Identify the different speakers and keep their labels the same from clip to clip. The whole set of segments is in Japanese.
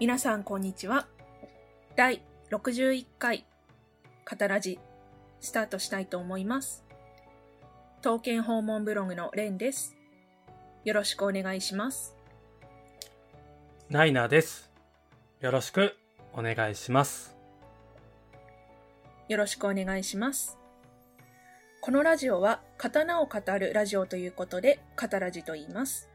Speaker 1: 皆さんこんにちは。第61回、カタラジ、スタートしたいと思います。刀剣訪問ブログのレンです。よろしくお願いします。
Speaker 2: ナイナーです。よろしくお願いします。
Speaker 1: よろしくお願いします。このラジオは、刀を語るラジオということで、カタラジと言います。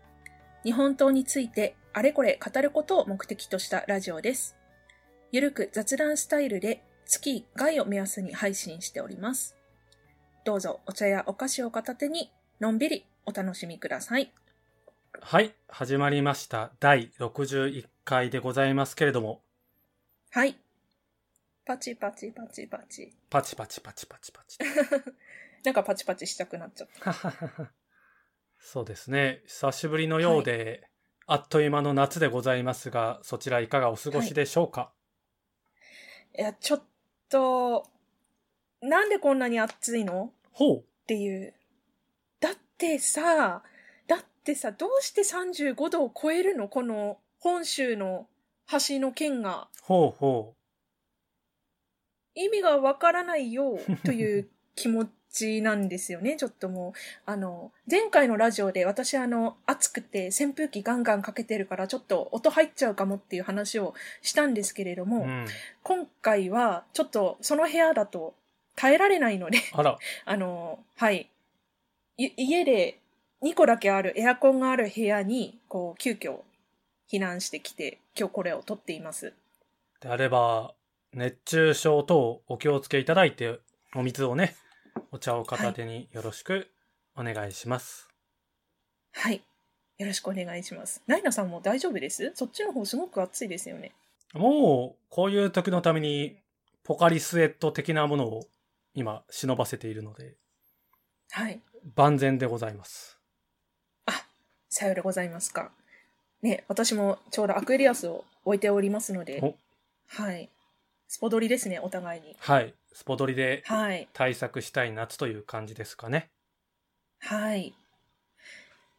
Speaker 1: 日本刀について、あれこれ語ることを目的としたラジオです。ゆるく雑談スタイルで、月1回を目安に配信しております。どうぞお茶やお菓子を片手に、のんびりお楽しみください。
Speaker 2: はい、始まりました。第61回でございますけれども、
Speaker 1: はい。パチパチパチパチ。
Speaker 2: パチパチパチパチパチ。
Speaker 1: なんかパチパチしたくなっちゃった。
Speaker 2: そうですね、久しぶりのようで、あっという間の夏でございますが、そちらいかがお過ごしでしょうか、
Speaker 1: いや、ちょっと、なんでこんなに暑いの
Speaker 2: ほう
Speaker 1: っていう。だってさ、だってさ、どうして35度を超えるのこの本州の橋の県が。
Speaker 2: ほうほ
Speaker 1: 意味がわからないよという気持ちなんですよね。ちょっともう、あの、前回のラジオで私あの、暑くて扇風機ガンガンかけてるからちょっと音入っちゃうかもっていう話をしたんですけれども、
Speaker 2: う。うん。
Speaker 1: 今回はちょっとその部屋だと耐えられないので
Speaker 2: あら、
Speaker 1: あの、はい。い家で2個だけあるエアコンがある部屋に、こう、急遽避難してきて、今日これを撮っています。
Speaker 2: であれば、熱中症等お気をつけいただいて、お水をね、お茶を片手によろしくお願いします。
Speaker 1: はい。よろしくお願いします。ナイナさんも大丈夫ですそっちの方すごく暑いですよね。
Speaker 2: もう、こういう時のために、ポカリスエット的なものを今、忍ばせているので、
Speaker 1: はい。
Speaker 2: 万全でございます。
Speaker 1: あ、さようでございますか。ね、私もちょうどアクエリアスを置いておりますので
Speaker 2: お、
Speaker 1: はい。スポドリですね、お互いに。
Speaker 2: はい。スポドリで
Speaker 1: はい。
Speaker 2: 対策したい夏という感じですかね。
Speaker 1: はい。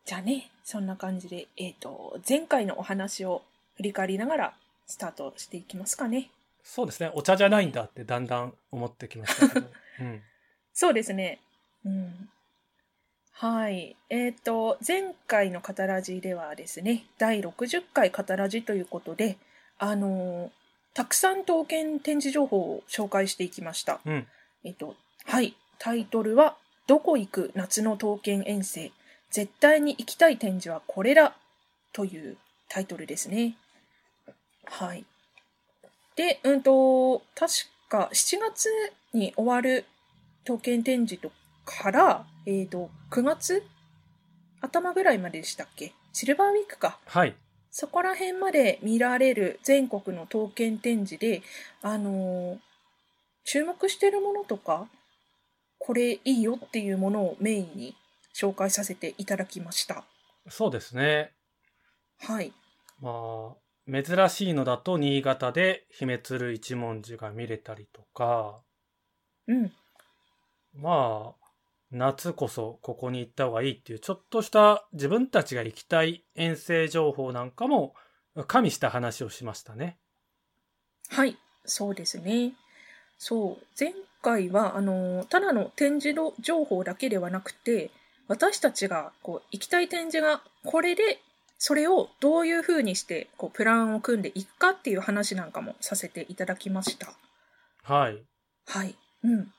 Speaker 1: じゃあね、そんな感じで、えっ、と、前回のお話を振り返りながらスタートしていきますかね。
Speaker 2: そうですね。お茶じゃないんだってだんだん思ってきましたけど。うん。
Speaker 1: そうですね。うん。はい。えっ、と、前回のカタラジではですね、第60回カタラジということで、あのーたくさん刀剣展示情報を紹介していきました。
Speaker 2: うん。
Speaker 1: えっと、はい。タイトルは、どこ行く夏の刀剣遠征。絶対に行きたい展示はこれだ。というタイトルですね。はい。で、うんと、確か7月に終わる刀剣展示とから、えっ、と、9月頭ぐらいまででしたっけシルバーウィークか。
Speaker 2: はい。
Speaker 1: そこら辺まで見られる全国の刀剣展示で、あのー注目してるものとか、これいいよっていうものをメインに紹介させていただきました。
Speaker 2: そうですね。
Speaker 1: はい。
Speaker 2: まあ、珍しいのだと新潟で姫鶴一文字が見れたりとか、
Speaker 1: うん。
Speaker 2: まあ、夏こそここに行った方がいいっていう、ちょっとした自分たちが行きたい遠征情報なんかも加味した話をしましたね。
Speaker 1: はい。そうですね。そう。前回は、あのーただの展示の情報だけではなくて、私たちがこう行きたい展示がこれで、それをどういう風にしてこうプランを組んでいくかっていう話なんかもさせていただきました。
Speaker 2: はい。
Speaker 1: はい。うん。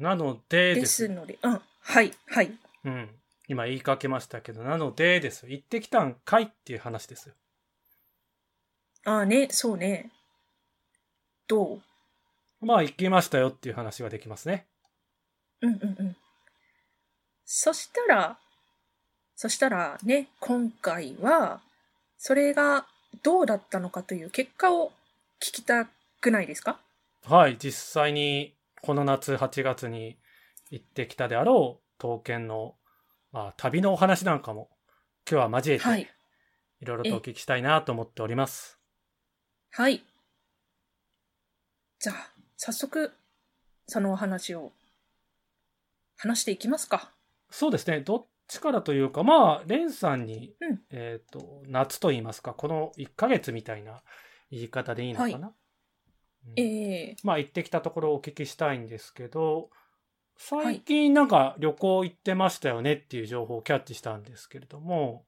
Speaker 2: なので
Speaker 1: で
Speaker 2: ですす。
Speaker 1: ので、うん。はい。はい。
Speaker 2: うん。今言いかけましたけど、なのでです。行ってきたんかいっていう話ですよ。
Speaker 1: ああね、そうね。どう
Speaker 2: まあ行きましたよっていう話ができますね。
Speaker 1: うんうんうん。そしたら、そしたらね、今回は、それがどうだったのかという結果を聞きたくないですか
Speaker 2: はい。実際にこの夏8月に行ってきたであろう刀剣の、まあ、旅のお話なんかも今日は交えて、
Speaker 1: はい。
Speaker 2: いろいろとお聞きしたいなと思っております。
Speaker 1: はい。じゃあ、早速、そのお話を、話していきますか。
Speaker 2: そうですね。どっちからというか、まあ、レンさんに、
Speaker 1: うん
Speaker 2: えっ、と、夏と言いますか、この1ヶ月みたいな言い方でいいのかな、うん
Speaker 1: ええ
Speaker 2: まあ行ってきたところをお聞きしたいんですけど最近なんか旅行行ってましたよねっていう情報をキャッチしたんですけれども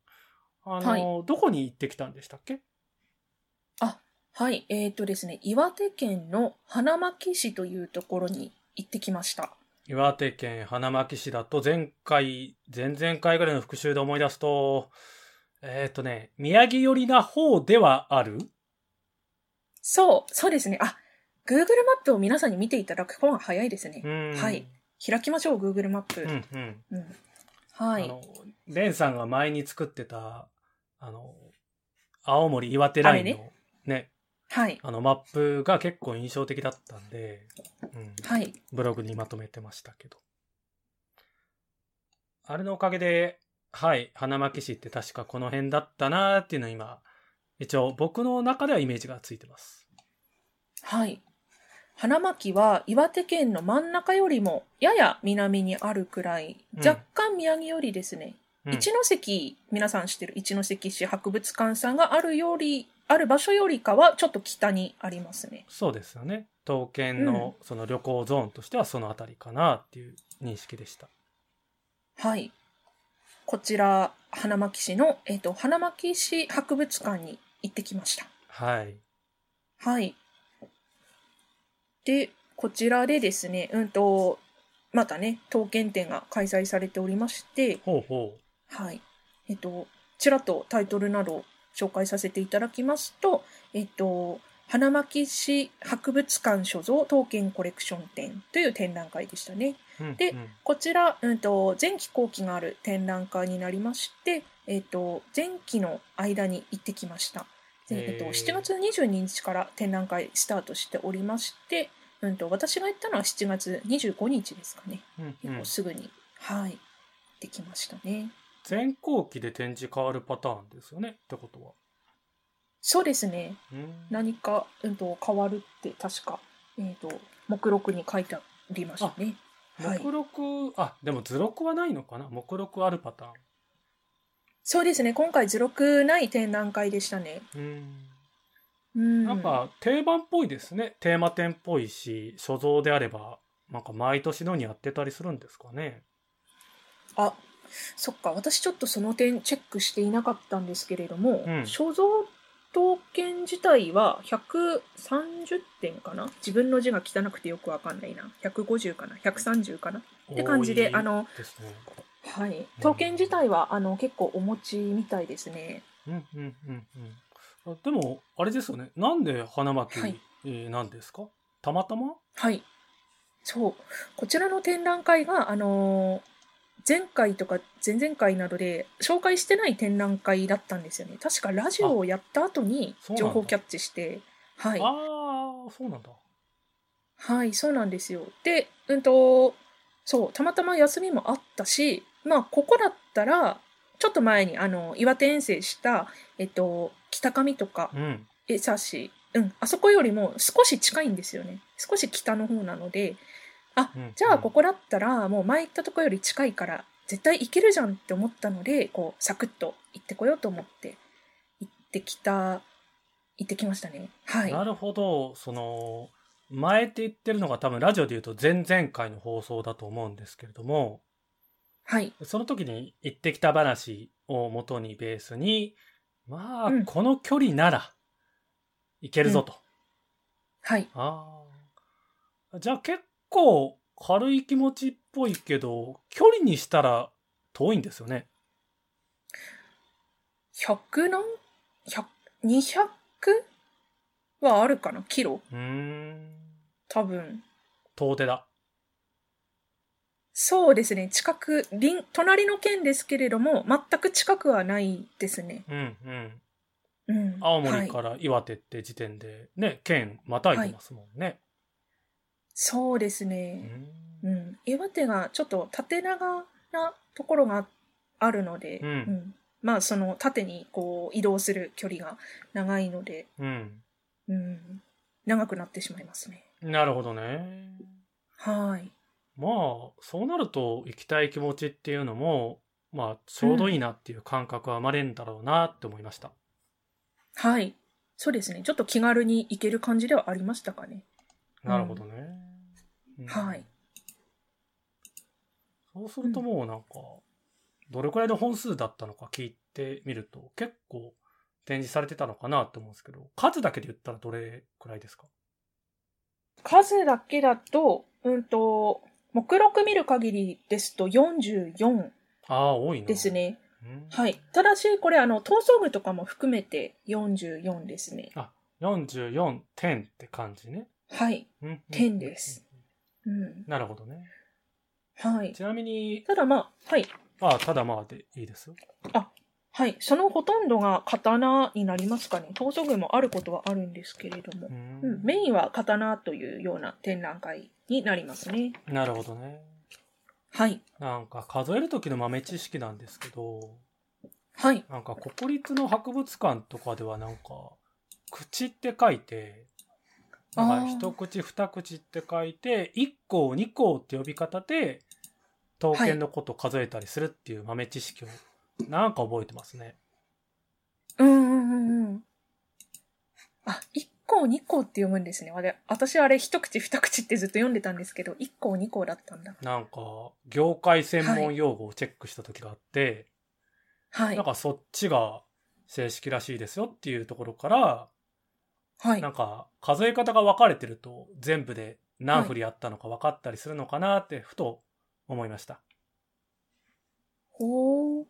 Speaker 2: あの、
Speaker 1: はい
Speaker 2: どこに行ってきたんでしたっけ
Speaker 1: はい、えっ、とですね、岩手県の花巻市というところに行ってきました。
Speaker 2: 岩手県花巻市だと前回前々回ぐらいの復習で思い出すとえっ、とね宮城寄りな方ではある
Speaker 1: そう、そうですね。あ、Google マップを皆さんに見ていただく方が早いですね。
Speaker 2: うん
Speaker 1: はい開きましょう、Google マップ。
Speaker 2: うんうん
Speaker 1: うんは
Speaker 2: あ
Speaker 1: い。
Speaker 2: の、レンさんが前に作ってた、あの、青森岩手ラインの
Speaker 1: あれ
Speaker 2: ね、
Speaker 1: はい。
Speaker 2: あのマップが結構印象的だったんで、うん、
Speaker 1: はい。
Speaker 2: ブログにまとめてましたけど。あれのおかげで、はい、花巻市って確かこの辺だったなーっていうのを今、一応僕の中ではイメージがついてます。
Speaker 1: はい。花巻は岩手県の真ん中よりもやや南にあるくらい、
Speaker 2: うん
Speaker 1: 若干宮城よりですね、
Speaker 2: うん
Speaker 1: 一関、皆さん知ってる一関市博物館さんがあるより、ある場所よりかはちょっと北にありますね。
Speaker 2: そうですよね。刀剣のその旅行ゾーンとしてはそのあたりかなっていう認識でした。
Speaker 1: はい。こちら、花巻市の、えっ、と、花巻市博物館に行ってきました。
Speaker 2: はい。
Speaker 1: はい。で、こちらでですね、うんと、またね、刀剣展が開催されておりまして、
Speaker 2: ほうほ
Speaker 1: はい。えっと、ちらっとタイトルなどを紹介させていただきますと、えっと、花巻市博物館所蔵刀剣コレクション展という展覧会でしたね。
Speaker 2: う。うん
Speaker 1: で
Speaker 2: うん
Speaker 1: こちら、うんと、前期後期がある展覧会になりまして、えっと、前期の間に行ってきました。でえっ
Speaker 2: へー
Speaker 1: と、7月22日から展覧会スタートしておりまして、うんと、私が行ったのは7月25日ですかね。
Speaker 2: うんう
Speaker 1: 結
Speaker 2: ん
Speaker 1: 構すぐに、はい、行ってきましたね。
Speaker 2: 全後期で展示変わるパターンですよねってことは。
Speaker 1: そうですね。
Speaker 2: うん、
Speaker 1: 何か、うんと、変わるって確か、えっと、目録に書いてありましたね。はい
Speaker 2: 目録、あでも図録はないのかな目録あるパタ
Speaker 1: そうですね。今回、図録ない展覧会でしたね。
Speaker 2: ーン。
Speaker 1: うん。
Speaker 2: なんか定番っぽいですね。テーマ展っぽいし、所蔵であれば、なんか毎年のようにやってたりするんですかね。
Speaker 1: あそっか私ちょっとその点チェックしていなかったんですけれども、
Speaker 2: うん
Speaker 1: 所蔵刀剣自体は130点かな自分の字が汚くてよくわかんないな150かな130かなって感じで
Speaker 2: 多い
Speaker 1: あの、
Speaker 2: ですね。
Speaker 1: はい、刀剣自体はあの結構お持ちみたいですね
Speaker 2: うんうんうんうん。あでも、あれですよね。なんで花巻、
Speaker 1: はい
Speaker 2: えーなんですかたまたま
Speaker 1: はいそうこちらの展覧会があのー前回とか前々回などで紹介してない展覧会だったんですよね確かラジオをやった後に
Speaker 2: そうなんだ
Speaker 1: 情報キャッチしてはい
Speaker 2: ああ、そうなんだ。
Speaker 1: はい、そうなんですよ。で、うんと、そう、たまたま休みもあったし、まあ、ここだったら、ちょっと前に、あの、岩手遠征した、えっと、北上とか
Speaker 2: う、ん。
Speaker 1: 江差し、うん、あそこよりも少し近いんですよね。少し北の方なので、あ
Speaker 2: うん、
Speaker 1: じゃあここだったら、もう前行ったとこより近いから、絶対行けるじゃんって思ったので、こう、サクッと行ってこようと思って、行ってきた、行ってきましたね。はい。
Speaker 2: なるほど。その、前って言ってるのが多分ラジオで言うと前々回の放送だと思うんですけれども、
Speaker 1: はい。
Speaker 2: その時に行ってきた話を元にベースに、まあ、
Speaker 1: うん
Speaker 2: この距離ならいけるぞと。
Speaker 1: はい。
Speaker 2: ああ。じゃあ結構軽い気持ちっぽいけど、距離にしたら遠いんですよね。
Speaker 1: 100何100 ?200 はあるかなキロ
Speaker 2: うーん。
Speaker 1: 多分。
Speaker 2: 遠出だ。
Speaker 1: そうですね。近く、隣、隣の県ですけれども、全く近くはないですね。
Speaker 2: うんうん。
Speaker 1: うん。
Speaker 2: 青森
Speaker 1: はい。
Speaker 2: から岩手って時点でね、県またいでますもんね。
Speaker 1: そうです
Speaker 2: う
Speaker 1: ね。
Speaker 2: ん
Speaker 1: うん。岩手がちょっと縦長なところがあるので、
Speaker 2: うん
Speaker 1: まあ、その縦にこう移動する距離が長いので、
Speaker 2: うん。
Speaker 1: うん。長くなってしまいますね。
Speaker 2: なるほどね。
Speaker 1: はい。
Speaker 2: まあ、そうなると行きたい気持ちっていうのも、まあ、ちょうどいいなっていう感覚は生まれんだろうなって思いました。
Speaker 1: はい。そうですね。ちょっと気軽に行ける感じではありましたかね。
Speaker 2: なるほどね。うん
Speaker 1: はい。。
Speaker 2: そうするともうなんか、どれくらいの本数だったのか聞いてみると、結構展示されてたのかなって思うんですけど、数だけで言ったらどれくらいですか
Speaker 1: 数だけだと、うんと、目録見る限りですと44
Speaker 2: ああ、多いな。
Speaker 1: です。ね。
Speaker 2: うん、
Speaker 1: はい。ただし、これ、あの、闘争具とかも含めて44ですね。
Speaker 2: 44点って感じね。
Speaker 1: はい。
Speaker 2: うんうん
Speaker 1: 点です。うん。
Speaker 2: なるほどね。
Speaker 1: はい。
Speaker 2: ちなみに、
Speaker 1: ただまあ、はい。
Speaker 2: ああ、ただまあでいいですよ。
Speaker 1: はい。そのほとんどが刀になりますかね。闘争具もあることはあるんですけれども
Speaker 2: う。ん
Speaker 1: うん。メインは刀というような展覧会になりますね。
Speaker 2: なるほどね。
Speaker 1: はい。
Speaker 2: なんか数える時の豆知識なんですけど、
Speaker 1: はい。
Speaker 2: なんか国立の博物館とかではなんか口って書いてなんか
Speaker 1: あー
Speaker 2: 一口二口って書いて1項2項って呼び方で刀剣のことを数えたりするっていう豆知識をなんか覚えてますね。
Speaker 1: うんうんうんうん。あ、1個2個って読むんですね。あれ、私あれ一口二口ってずっと読んでたんですけど、1個2個だったんだ。
Speaker 2: なんか業界専門用語をチェックした時があって、
Speaker 1: はい
Speaker 2: なん。かそっちが正式らしいですよっていうところから
Speaker 1: はい
Speaker 2: な。んか数え方が分かれてると全部で何振りあったのか分かったりするのかなってふと思いました。
Speaker 1: ほう。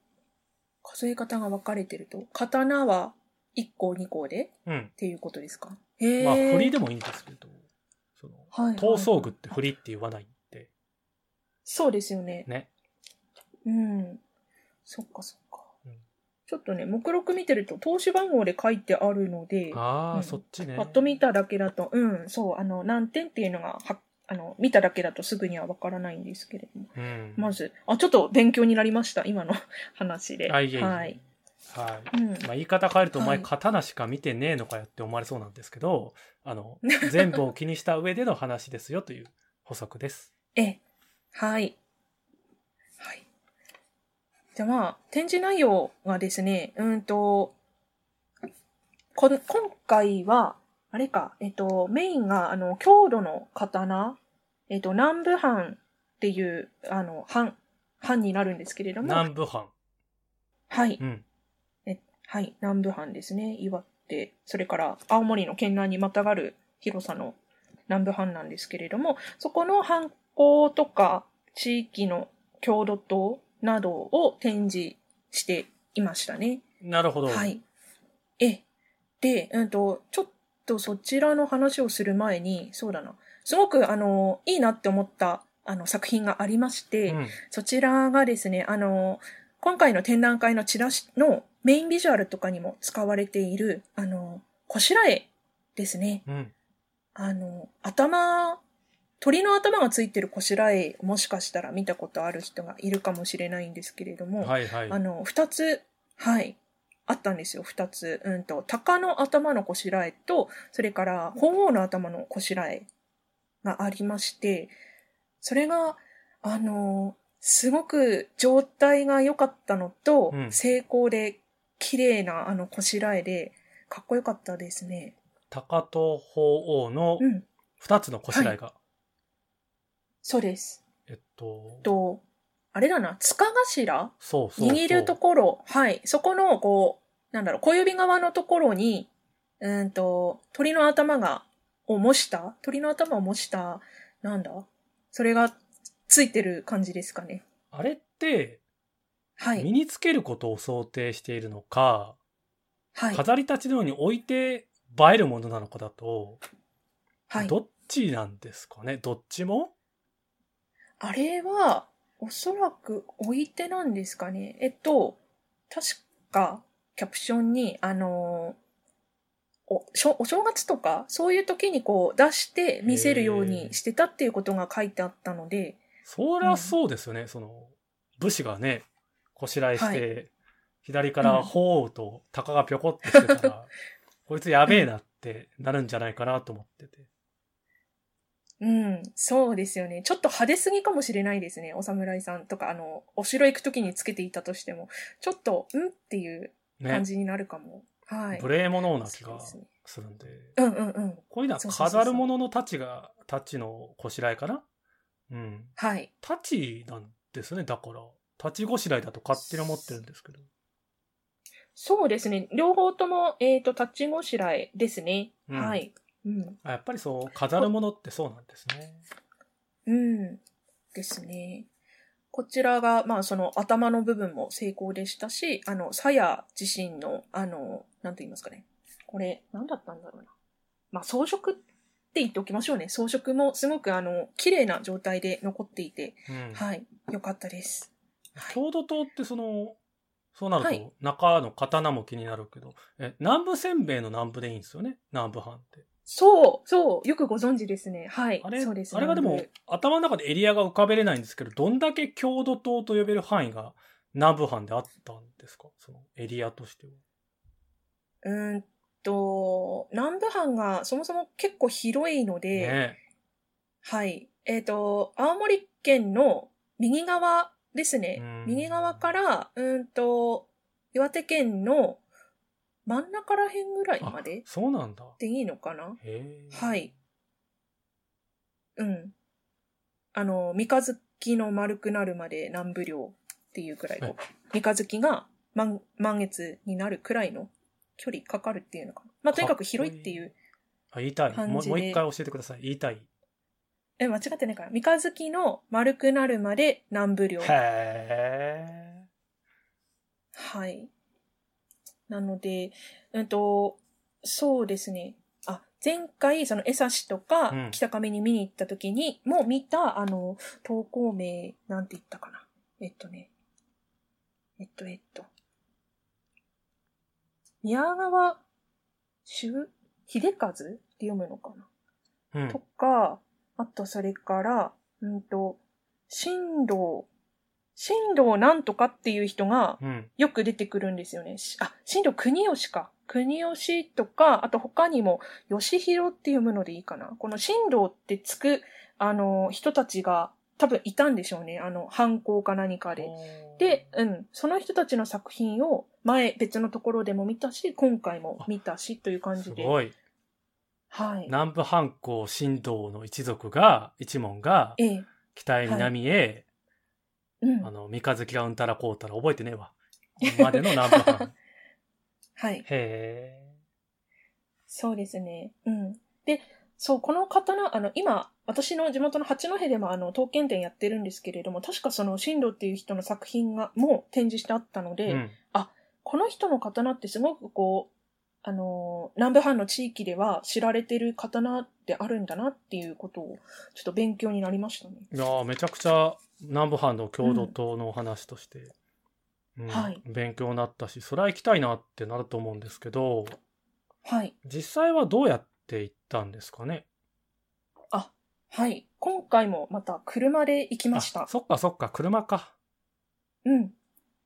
Speaker 1: 数え方が分かれてると。刀は1個2個で
Speaker 2: うん。
Speaker 1: っていうことですかへえ。
Speaker 2: まあ振りでもいいんですけど、その、
Speaker 1: はいはい
Speaker 2: 闘争具って振りって言わないって
Speaker 1: そうですよね。
Speaker 2: ね。
Speaker 1: うん。そっかそっか。
Speaker 2: うん
Speaker 1: ちょっとね、目録見てると投資番号で書いてあるので、
Speaker 2: ああ、
Speaker 1: うん
Speaker 2: そっちね。
Speaker 1: パッと見ただけだと、うん、そう、あの、何点っていうのが、はあの、見ただけだとすぐにはわからないんですけれども。
Speaker 2: うん。
Speaker 1: まず、あ、ちょっと勉強になりました、今の話で。
Speaker 2: あいえいえ
Speaker 1: はい。
Speaker 2: は
Speaker 1: う
Speaker 2: い。
Speaker 1: ん。
Speaker 2: まあ、言い方変えると、お
Speaker 1: は
Speaker 2: 前、
Speaker 1: い
Speaker 2: 刀しか見てねえのかよって思われそうなんですけど、あの、全部を気にした上での話ですよという補 足です。
Speaker 1: え、はい。はい。じゃあまあ、展示内容がですね、うんと、こん今回は、あれか、えっと、メインが、あの、郷土の刀、えっと、南部藩っていう、あの、藩、藩になるんですけれども、
Speaker 2: 南部藩。
Speaker 1: はい、
Speaker 2: うん。
Speaker 1: はい、南部藩ですね、岩手、それから青森の県南にまたがる広さの南部藩なんですけれども、そこの藩校とか地域の郷土島などを展示していましたね。
Speaker 2: なるほど。
Speaker 1: はい。え、で、うんと、ちょっとそちらの話をする前に、そうだな、すごくあの、いいなって思ったあの作品がありまして、
Speaker 2: うん。
Speaker 1: そちらがですね、あの、今回の展覧会のチラシのメインビジュアルとかにも使われている、あの、こしらえですね。
Speaker 2: うん。
Speaker 1: あの、頭、鳥の頭がついてるこしらえ、もしかしたら見たことある人がいるかもしれないんですけれども、
Speaker 2: はいはい
Speaker 1: あ。の、二つ、はい、あったんですよ、二つ。うんと、鷹の頭のこしらえと、それから、鳳凰の頭のこしらえがありまして、それが、あの、すごく状態が良かったのと、
Speaker 2: うん
Speaker 1: 成功で、綺麗なあのこしらえで、かっこよかったですね。
Speaker 2: 高と鳳凰の
Speaker 1: うん、
Speaker 2: 二つのこしらえが、
Speaker 1: そうです。
Speaker 2: えっと、
Speaker 1: と、あれだな、塚頭
Speaker 2: そうそうそう。
Speaker 1: 握るところ、はい、そこの、こう、なんだろう、小指側のところに、うーんと、鳥の頭が、を模した鳥の頭を模した、なんだそれがついてる感じですかね。
Speaker 2: あれって、
Speaker 1: は
Speaker 2: 身
Speaker 1: い。
Speaker 2: につけることを想定しているのか、
Speaker 1: はい。
Speaker 2: 飾り立ちのように置いて映えるものなのかだと、
Speaker 1: はい。
Speaker 2: どっちなんですかねどっちも
Speaker 1: あれは、おそらく置いてなんですかね。えっと、確か、キャプションに、あのーお、しょお正月とか、そういう時にこう出して見せるようにしてたっていうことが書いてあったので、
Speaker 2: そりゃそうですよね、その武士がねこしらえして、
Speaker 1: は
Speaker 2: 左か
Speaker 1: う
Speaker 2: ら
Speaker 1: ん
Speaker 2: 鳳凰と鷹がぴょこってしてたら、 こいつやべえなってなるんじゃないかなと思ってて。
Speaker 1: うん、そうですよね。ちょっと派手すぎかもしれないですね。お侍さんとか、あの、お城行くときにつけていたとしても、ちょっと、んっていう
Speaker 2: ね
Speaker 1: 感。じになるかも。はい。
Speaker 2: 無礼者な気
Speaker 1: そう
Speaker 2: が
Speaker 1: ですね
Speaker 2: するんで、
Speaker 1: うんうんうん。
Speaker 2: こういうのは
Speaker 1: そうそうそうそう
Speaker 2: 飾るものの太刀が、太刀のこしらえかなうん。
Speaker 1: はい。
Speaker 2: 太刀なんですね、だから。太刀ごしらえだと勝手に思ってるんですけど。
Speaker 1: そうですね。両方とも、えっ、と、タッチごしらえですね。
Speaker 2: うん
Speaker 1: はい。うん。
Speaker 2: あやっぱりそう、飾るものってそうなんですね。
Speaker 1: うん。ですね。こちらが、まあ、その頭の部分も成功でしたし、あの、鞘自身の、あの、なんと言いますかね。これ、なんだったんだろうな。まあ、装飾って言っておきましょうね。装飾もすごく、あの、綺麗な状態で残っていて、
Speaker 2: うん。
Speaker 1: はい。よかったです。
Speaker 2: 郷土刀ってその、そうなる
Speaker 1: はい
Speaker 2: と中の刀も気になるけど、え、南部せんべいの南部でいいんですよね、南部藩って。
Speaker 1: そう、そう、よくご存知ですね。はい。
Speaker 2: あれ、
Speaker 1: そうです
Speaker 2: あれがでも頭の中でエリアが浮かべれないんですけど、どんだけ郷土刀と呼べる範囲が南部藩であったんですかそのエリアとしては。
Speaker 1: うーんと、南部藩がそもそも結構広いので、
Speaker 2: ね
Speaker 1: はい。えっ、と、青森県の右側です
Speaker 2: う
Speaker 1: ね
Speaker 2: ん。
Speaker 1: 右側から、うーんと、岩手県の真ん中ら辺ぐらいまで
Speaker 2: そうなんだ。
Speaker 1: でいいのかな
Speaker 2: へえ。
Speaker 1: はい。うん。あの、三日月の丸くなるまで南部領っていうくらい
Speaker 2: はい
Speaker 1: の。三日月が満満月になるくらいの距離かかるっていうのかな。まあ、とにかく広いっていう
Speaker 2: あ、言いたい。
Speaker 1: 感じ
Speaker 2: もう
Speaker 1: で
Speaker 2: もう一回教えてください。言いたい。
Speaker 1: え、間違ってないから。三日月の丸くなるまで南部領。
Speaker 2: へ
Speaker 1: はい。
Speaker 2: え。
Speaker 1: なので、うんと、そうですね。あ、前回、その、江差とか
Speaker 2: うん、
Speaker 1: 北上に見に行った時に、もう見た、あの、投稿名、なんて言ったかな。えっとね。えっと、えっと。宮川修秀和って読むのかな。
Speaker 2: うん
Speaker 1: と。か、あとそれから、うんと、新藤、新藤なんとかっていう人が
Speaker 2: うん。
Speaker 1: よく出てくるんですよね。しあ、新藤国吉か。国吉とか、あと他にも、吉弘って読むのでいいかな。この新藤ってつく、あの、人たちが多分いたんでしょうね。あの、犯行か何かで。で、うん、その人たちの作品を前別のところでも見たし、今回も見たしという感
Speaker 2: す
Speaker 1: じで。
Speaker 2: ごい。
Speaker 1: はい。
Speaker 2: 南部藩校神道の一族が、一門が、
Speaker 1: ええ。
Speaker 2: 北へ南へ、
Speaker 1: うん
Speaker 2: あ。の、三日月がうんたらこうたら覚えてねえわ。までの南部 藩。
Speaker 1: はい。
Speaker 2: へえ。
Speaker 1: そうですね。うん。で、そう、この刀、あの、今、私の地元の八戸でも、あの、刀剣展やってるんですけれども、確かその、新藤っていう人の作品が、もう展示してあったので、
Speaker 2: うん。
Speaker 1: この人の刀ってすごくこう、あのー、南部藩の地域では知られてる刀であるんだなっていうことを、ちょっと勉強になりましたね。
Speaker 2: いやーめちゃくちゃ南部藩の郷土島のお話として、うん
Speaker 1: はい
Speaker 2: 勉強になったし、それは行きたいなってなると思うんですけど、
Speaker 1: はい。
Speaker 2: 実際はどうやって行ったんですかね
Speaker 1: はい。今回もまた車で行きました
Speaker 2: あ。そっかそっか、車か。
Speaker 1: うん。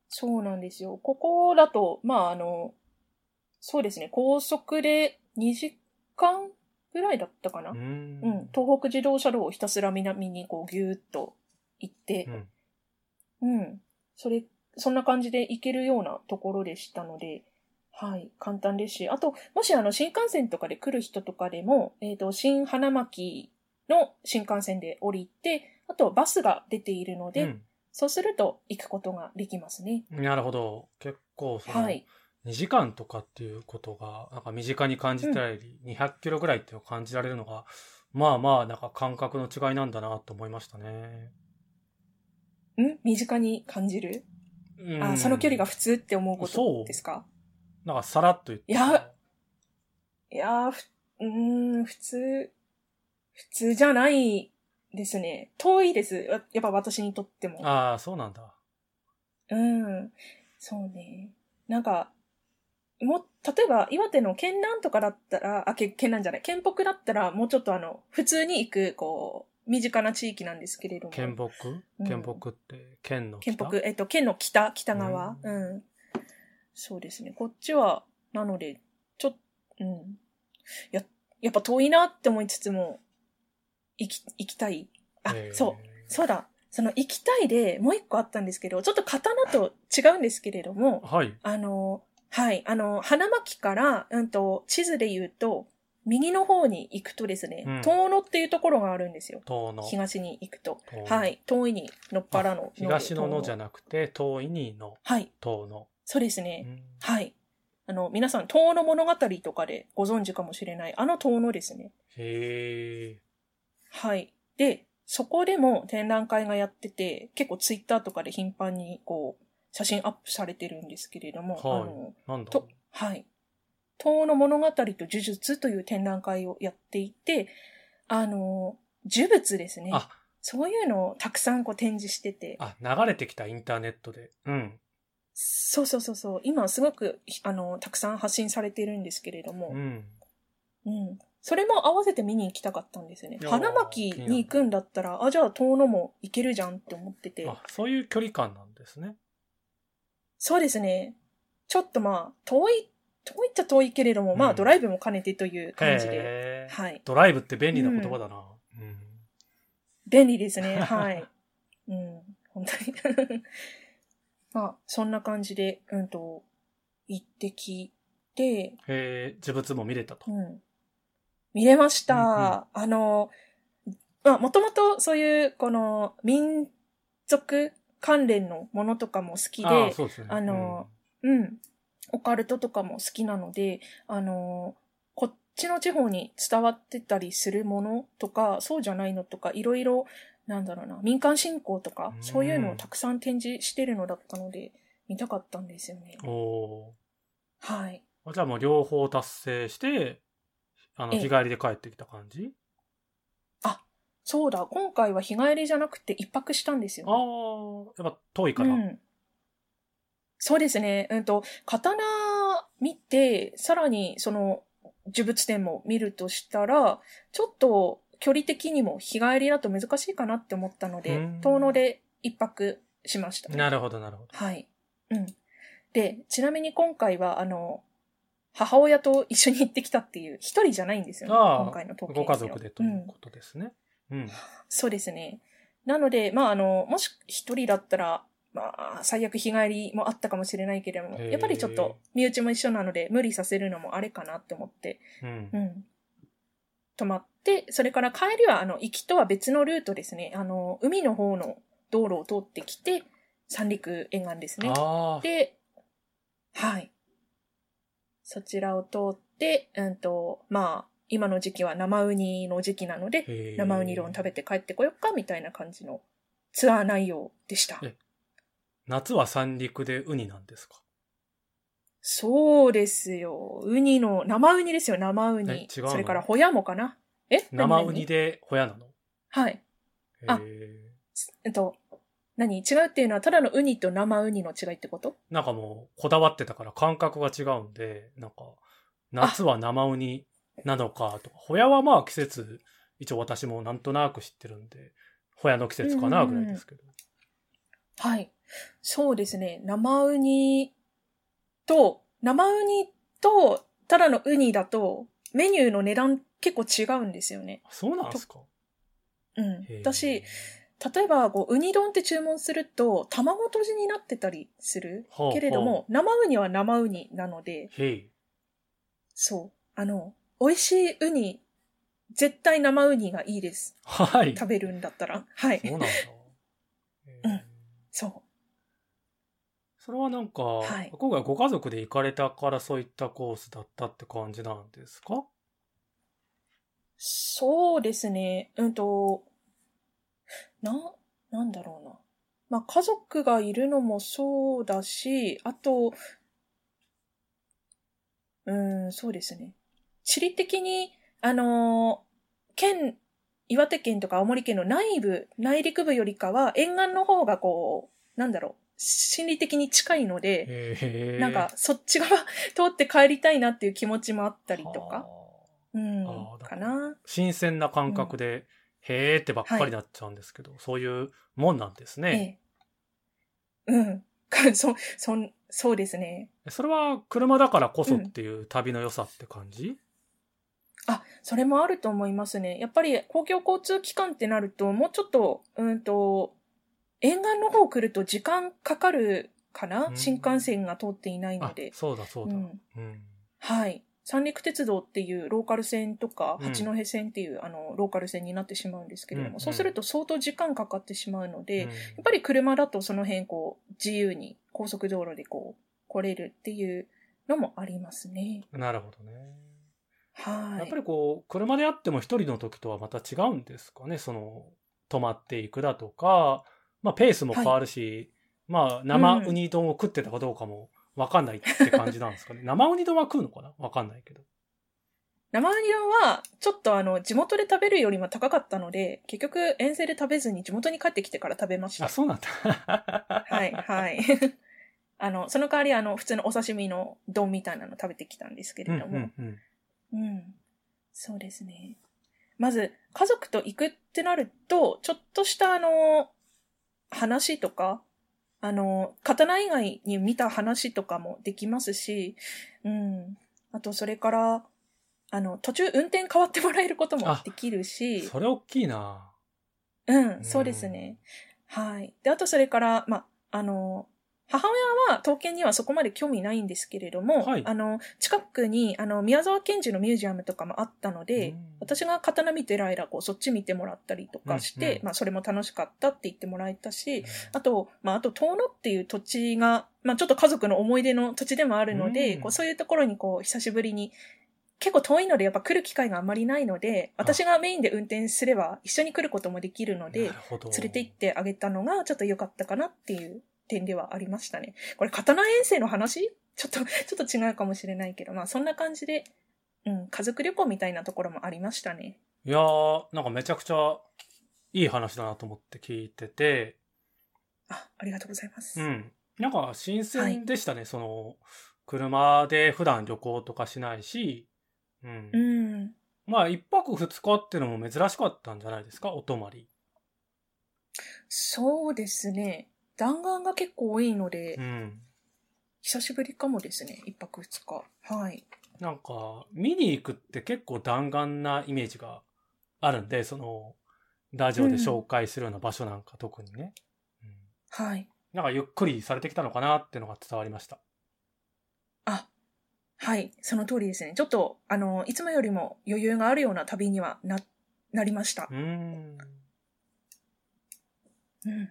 Speaker 1: そうなんですよ。ここだと、まあ、あの、そうですね、高速で2時間ぐらいだったかな。
Speaker 2: う
Speaker 1: うん、
Speaker 2: ん
Speaker 1: 東北自動車道をひたすら南にこうギューッと行って
Speaker 2: う、ん
Speaker 1: うん、それ、そんな感じで行けるようなところでしたので、はい、簡単ですし、あと、もしあの、新幹線とかで来る人とかでも、えっ、と、新花巻の新幹線で降りて、あと、バスが出ているので、そうすると行くことができますね。
Speaker 2: うんなるほど。結構、その、
Speaker 1: はい。
Speaker 2: 2時間とかっていうことが、なんか身近に感じたり、200キロぐらいっていうのを感じられるのが、まあまあ、なんか感覚の違いなんだなと思いましたね。
Speaker 1: ん身近に感じる、
Speaker 2: うん
Speaker 1: あその距離が普通って思うことですか
Speaker 2: なんかさらっと言って。
Speaker 1: いやいやーふ、うーん、普通、普通じゃないですね。遠いです。ややっぱ私にとっても。
Speaker 2: ああ、そうなんだ。
Speaker 1: うん。そうね。なんか、も、例えば、岩手の県南とかだったら、あ、け県南じゃない、県北だったら、もうちょっとあの、普通に行く、こう、身近な地域なんですけれども。
Speaker 2: 県北
Speaker 1: うん
Speaker 2: 県北って、県の
Speaker 1: 県
Speaker 2: 北
Speaker 1: 北、えっと、県の北、北側。う
Speaker 2: う
Speaker 1: んん。そうですね。こっちは、なので、ちょっ、うん。や、やっぱ遠いなって思いつつも、行き、行きたい。あ、
Speaker 2: へー
Speaker 1: そう、そうだ。その、行きたいで、もう一個あったんですけど、ちょっと刀と違うんですけれども、
Speaker 2: はい。
Speaker 1: あの、はい。あの、花巻から、うんと、地図で言うと、右の方に行くとですね、
Speaker 2: うん
Speaker 1: 遠野っていうところがあるんですよ。
Speaker 2: 遠野。
Speaker 1: 東に行くと。
Speaker 2: 遠野
Speaker 1: はい。遠いに、のっぱらの。
Speaker 2: 東の野
Speaker 1: 野
Speaker 2: じゃなくて、遠いにの、
Speaker 1: はい。
Speaker 2: 遠野。
Speaker 1: そうですね。
Speaker 2: うん
Speaker 1: はい。あの、皆さん、遠野物語とかでご存知かもしれない、あの遠野ですね。
Speaker 2: へえ。
Speaker 1: はい。で、そこでも展覧会がやってて、結構ツイッターとかで頻繁にこう、写真アップされてるんですけれども、
Speaker 2: はい
Speaker 1: あの、
Speaker 2: なんだ
Speaker 1: と、はい。遠野物語と呪術という展覧会をやっていて、あの、呪物ですね。
Speaker 2: あ、
Speaker 1: そういうのをたくさんこう展示してて、
Speaker 2: あ、流れてきたインターネットで。うん。
Speaker 1: そうそうそうそう、今すごく、あの、たくさん発信されてるんですけれども、
Speaker 2: うん。
Speaker 1: うん。それも合わせて見に行きたかったんですよね
Speaker 2: い。やー
Speaker 1: 花巻に行くんだったら、あ、じゃあ遠野も行けるじゃんって思ってて。
Speaker 2: あ、そういう距離感なんですね。
Speaker 1: そうですね。ちょっとまあ、遠い、遠いっちゃ遠いけれども、ま
Speaker 2: う
Speaker 1: あ
Speaker 2: ん
Speaker 1: ドライブも兼ねてという感じで。
Speaker 2: へえ。
Speaker 1: はい。
Speaker 2: ドライブって便利な言葉だな。うん。
Speaker 1: 便利ですね。はい。うん。本当に。 まあ、そんな感じで、うんと、行ってきて、
Speaker 2: へえ、呪物も見れたと
Speaker 1: う。ん。見れました。
Speaker 2: うんうん
Speaker 1: あの、まあ、もともとそういう、この、民族関連のものとかも好きで、
Speaker 2: ああ、そうですね。
Speaker 1: あのうん。オカルトとかも好きなので、あの、こっちの地方に伝わってたりするものとか、そうじゃないのとか、いろいろ、なんだろうな、民間信仰とか
Speaker 2: う、ん
Speaker 1: そういうのをたくさん展示してるのだったので、見たかったんですよね。
Speaker 2: うん。お
Speaker 1: はい。
Speaker 2: ーじゃあもう両方達成して、あの、
Speaker 1: ええ
Speaker 2: 日帰りで帰ってきた感じ
Speaker 1: そうだ、今回は日帰りじゃなくて一泊したんですよ
Speaker 2: あ
Speaker 1: ね、
Speaker 2: あ、やっぱ遠いから。
Speaker 1: うん、そうですね。うんと、刀見て、さらにその呪物展も見るとしたら、ちょっと距離的にも日帰りだと難しいかなって思ったの
Speaker 2: う
Speaker 1: で
Speaker 2: ん、
Speaker 1: 遠野で一泊しましたね。
Speaker 2: なるほど、なるほど。
Speaker 1: はい。うん。で、ちなみに今回は、あの、母親と一緒に行ってきたっていう、一人じゃないんですよね。
Speaker 2: ああ
Speaker 1: 今回の東京
Speaker 2: ご家族でと
Speaker 1: う
Speaker 2: い
Speaker 1: ん
Speaker 2: うことですね。うん。
Speaker 1: そうですね。なので、まあ、あの、もし一人だったら、まあ、最悪日帰りもあったかもしれないけれども、
Speaker 2: へー
Speaker 1: やっぱりちょっと身内も一緒なので、無理させるのもあれかなって思って、
Speaker 2: うん
Speaker 1: う。ん。泊まって、それから帰りは、あの、行きとは別のルートですね。あの、海の方の道路を通ってきて、三陸沿岸ですね。
Speaker 2: ああ、
Speaker 1: で、はい。そちらを通って、うんと、まあ、今の時期は生ウニの時期なので、
Speaker 2: へえ
Speaker 1: 生ウニ丼食べて帰ってこよっかみたいな感じのツアー内容でした
Speaker 2: え。夏は三陸でウニなんですか
Speaker 1: そうですよ。ウニの、生ウニですよ、生ウニ。
Speaker 2: え違うの
Speaker 1: それからホヤもかなえ
Speaker 2: 生ウニ
Speaker 1: で。
Speaker 2: でホヤなの
Speaker 1: はい。あ
Speaker 2: へえ
Speaker 1: えっと、何違うっていうのはただのウニと生ウニの違いってこと
Speaker 2: なんかもう、こだわってたから感覚が違うんで、なんか、夏は生ウニなのかとか、ホヤはまあ季節、一応私もなんとなく知ってるんで、ホヤの季節かなぐらいですけど。
Speaker 1: はい。そうですね。生ウニと、生ウニと、ただのウニだと、メニューの値段結構違うんですよね。
Speaker 2: あそうなんですか
Speaker 1: うん
Speaker 2: へえ。
Speaker 1: 私、例えばこう、ウニ丼って注文すると、卵とじになってたりする
Speaker 2: はあはあ
Speaker 1: けれども、生ウニは生ウニなので、
Speaker 2: へい。
Speaker 1: そう。あの、美味しいウニ、絶対生ウニがいいです。
Speaker 2: はい。そ
Speaker 1: 食べるんだったら。はい。
Speaker 2: うなんだ。へえ
Speaker 1: うんそう。
Speaker 2: それはなんか、
Speaker 1: はい
Speaker 2: 今回ご家族で行かれたからそういったコースだったって感じなんですか
Speaker 1: そうですね。うんと、な、なんだろうな。まあ、家族がいるのもそうだし、あと、うん、そうですね。地理的に、あのー県、岩手県とか青森県の内部、内陸部よりかは、沿岸の方がこう、なんだろう、心理的に近いので、
Speaker 2: へえ
Speaker 1: なんか、そっち側 通って帰りたいなっていう気持ちもあったりと
Speaker 2: は
Speaker 1: か、
Speaker 2: あ
Speaker 1: うん
Speaker 2: あー、だ
Speaker 1: かな。
Speaker 2: 新鮮な感覚で、へーってばっかりなっちゃうんですけど、そういうもんなんですね。
Speaker 1: ええ。うん か。そ、そん、そうですね。
Speaker 2: それは車だからこそっていう旅の良さって感じ、
Speaker 1: あ、それもあると思いますね。やっぱり公共交通機関ってなると、もうちょっと、うんと、沿岸の方来ると時間かかるかな、
Speaker 2: うん
Speaker 1: 新幹線が通っていないの
Speaker 2: あ
Speaker 1: で、
Speaker 2: そうだそうだ。
Speaker 1: う
Speaker 2: うんん。
Speaker 1: はい。三陸鉄道っていうローカル線とか、
Speaker 2: うん
Speaker 1: 八戸線っていうあのローカル線になってしまうんですけれども、
Speaker 2: うんうん
Speaker 1: そうすると相当時間かかってしまうので、
Speaker 2: うん
Speaker 1: やっぱり車だとその辺こう自由に高速道路でこう来れるっていうのもありますね。
Speaker 2: なるほどね。
Speaker 1: はい。
Speaker 2: やっぱりこう、車であっても一人の時とはまた違うんですかね。その、止まっていくだとか、まあペースも変わるし、まあ生ウニ丼を食ってたかどうかもわかんないって感じなんです かね。生ウニ丼は食うのかなわかんないけど。
Speaker 1: 生ウニ丼は、ちょっとあの、地元で食べるよりも高かったので、結局遠征で食べずに地元に帰ってきてから食べました
Speaker 2: あ、。そうな んだ。
Speaker 1: はい、はい。あの、その代わりあの、普通のお刺身の丼みたいなの食べてきたんですけ
Speaker 2: うん
Speaker 1: れど
Speaker 2: う
Speaker 1: も。
Speaker 2: んうん。
Speaker 1: うん。そうですね。まず、家族と行くってなると、ちょっとしたあの、話とか、あの、刀以外に見た話とかもできますし、うん。あと、それから、あの、途中運転変わってもらえることも
Speaker 2: あ
Speaker 1: できるし、
Speaker 2: それ大きいな。
Speaker 1: うん、そうですね。はい。で、あと、それから、ま、あの、母親は刀剣にはそこまで興味ないんですけれども、
Speaker 2: はい
Speaker 1: あの、近くに、あの、宮沢賢治のミュージアムとかもあったので、
Speaker 2: うん
Speaker 1: 私が刀見てる間、こう、そっち見てもらったりとかして、
Speaker 2: うんうん
Speaker 1: まあ、それも楽しかったって言ってもらえたし、あと、まあ、あと、遠野っていう土地が、まあ、ちょっと家族の思い出の土地でもあるので、
Speaker 2: うん
Speaker 1: こうそういうところにこう、久しぶりに、結構遠いので、やっぱ来る機会があまりないので、私がメインで運転すれば、一緒に来ることもできるの
Speaker 2: な
Speaker 1: で
Speaker 2: る、ほど。
Speaker 1: 連れて行ってあげたのが、ちょっと良かったかなっていう点ではありましたね。これ、刀遠征の話 ちょっと、ちょっと違うかもしれないけど、まあ、そんな感じで、うん、家族旅行みたいなところもありましたね。
Speaker 2: いやー、なんかめちゃくちゃいい話だなと思って聞いてて、
Speaker 1: あ、ありがとうございます。
Speaker 2: うん。なんか新鮮でしたね、その、車で普段旅行とかしないし、うん。
Speaker 1: うん
Speaker 2: まあ、一泊二日っていうのも珍しかったんじゃないですか、お泊まり。
Speaker 1: そうですね。弾丸が結構多いので、
Speaker 2: うん。
Speaker 1: 久しぶりかもですね。一泊二日。はい。
Speaker 2: なんか、見に行くって結構弾丸なイメージがあるんで、その、ラジオで紹介するような場所なんか特にね。うん。
Speaker 1: はい。
Speaker 2: なんかゆっくりされてきたのかなっていうのが伝わりました。
Speaker 1: あ、はい。その通りですね。ちょっと、あの、いつもよりも余裕があるような旅にはな、なりました
Speaker 2: う。ん。
Speaker 1: うん。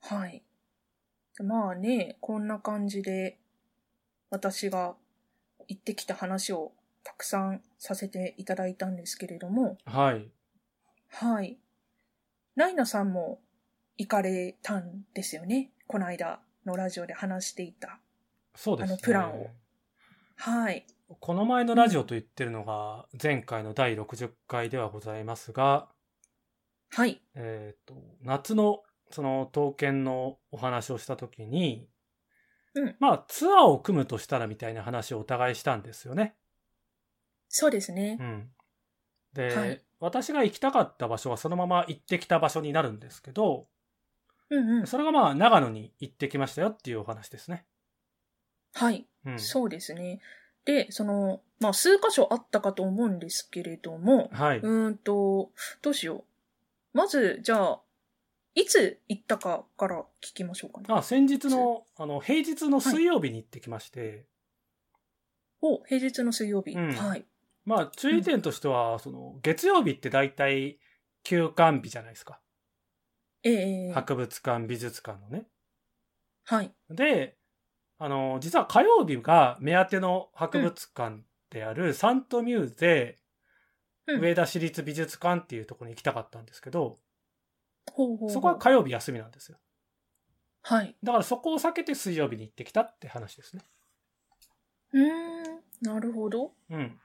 Speaker 1: はい。まあね、こんな感じで、私が行ってきた話をたくさんさせていただいたんですけれども、
Speaker 2: はい。
Speaker 1: はい。ライナさんも行かれたんですよね。この間のラジオで話していた。
Speaker 2: そうですね。
Speaker 1: あのプランをはい。
Speaker 2: この前のラジオと言ってるのが、前回の第60回ではございますが、
Speaker 1: はい。
Speaker 2: えっ、と、夏の、その、刀剣のお話をしたときに、
Speaker 1: うん
Speaker 2: まあ、ツアーを組むとしたらみたいな話をお互いしたんですよね。
Speaker 1: そうですね
Speaker 2: う。ん。で、
Speaker 1: はい
Speaker 2: 私が行きたかった場所はそのまま行ってきた場所になるんですけど、
Speaker 1: うんうん。
Speaker 2: それがまあ、長野に行ってきましたよっていうお話ですね。
Speaker 1: はい。
Speaker 2: うん。
Speaker 1: そうですね。で、その、まあ、数箇所あったかと思うんですけれども、。
Speaker 2: はいう
Speaker 1: ーんと、どうしよう。まず、じゃあ、いつ行ったかから聞きましょうかね。
Speaker 2: あ、先日の、あの、平日の水曜日に行ってきまして、
Speaker 1: お、平日の水曜日。
Speaker 2: うん
Speaker 1: はい。
Speaker 2: まあ、注意点としては、その、月曜日って大体休館日じゃないですか。
Speaker 1: ええええ
Speaker 2: 博物館、美術館のね。
Speaker 1: はい。
Speaker 2: で、あの、実は火曜日が目当ての博物館であるサントミューゼ、
Speaker 1: うん
Speaker 2: 上田市立美術館っていうところに行きたかったんですけど、
Speaker 1: ほうほうほう
Speaker 2: そこは火曜日休みなんですよ。
Speaker 1: はい。
Speaker 2: だからそこを避けて水曜日に行ってきたって話ですね。
Speaker 1: うーん、なるほど。
Speaker 2: うん。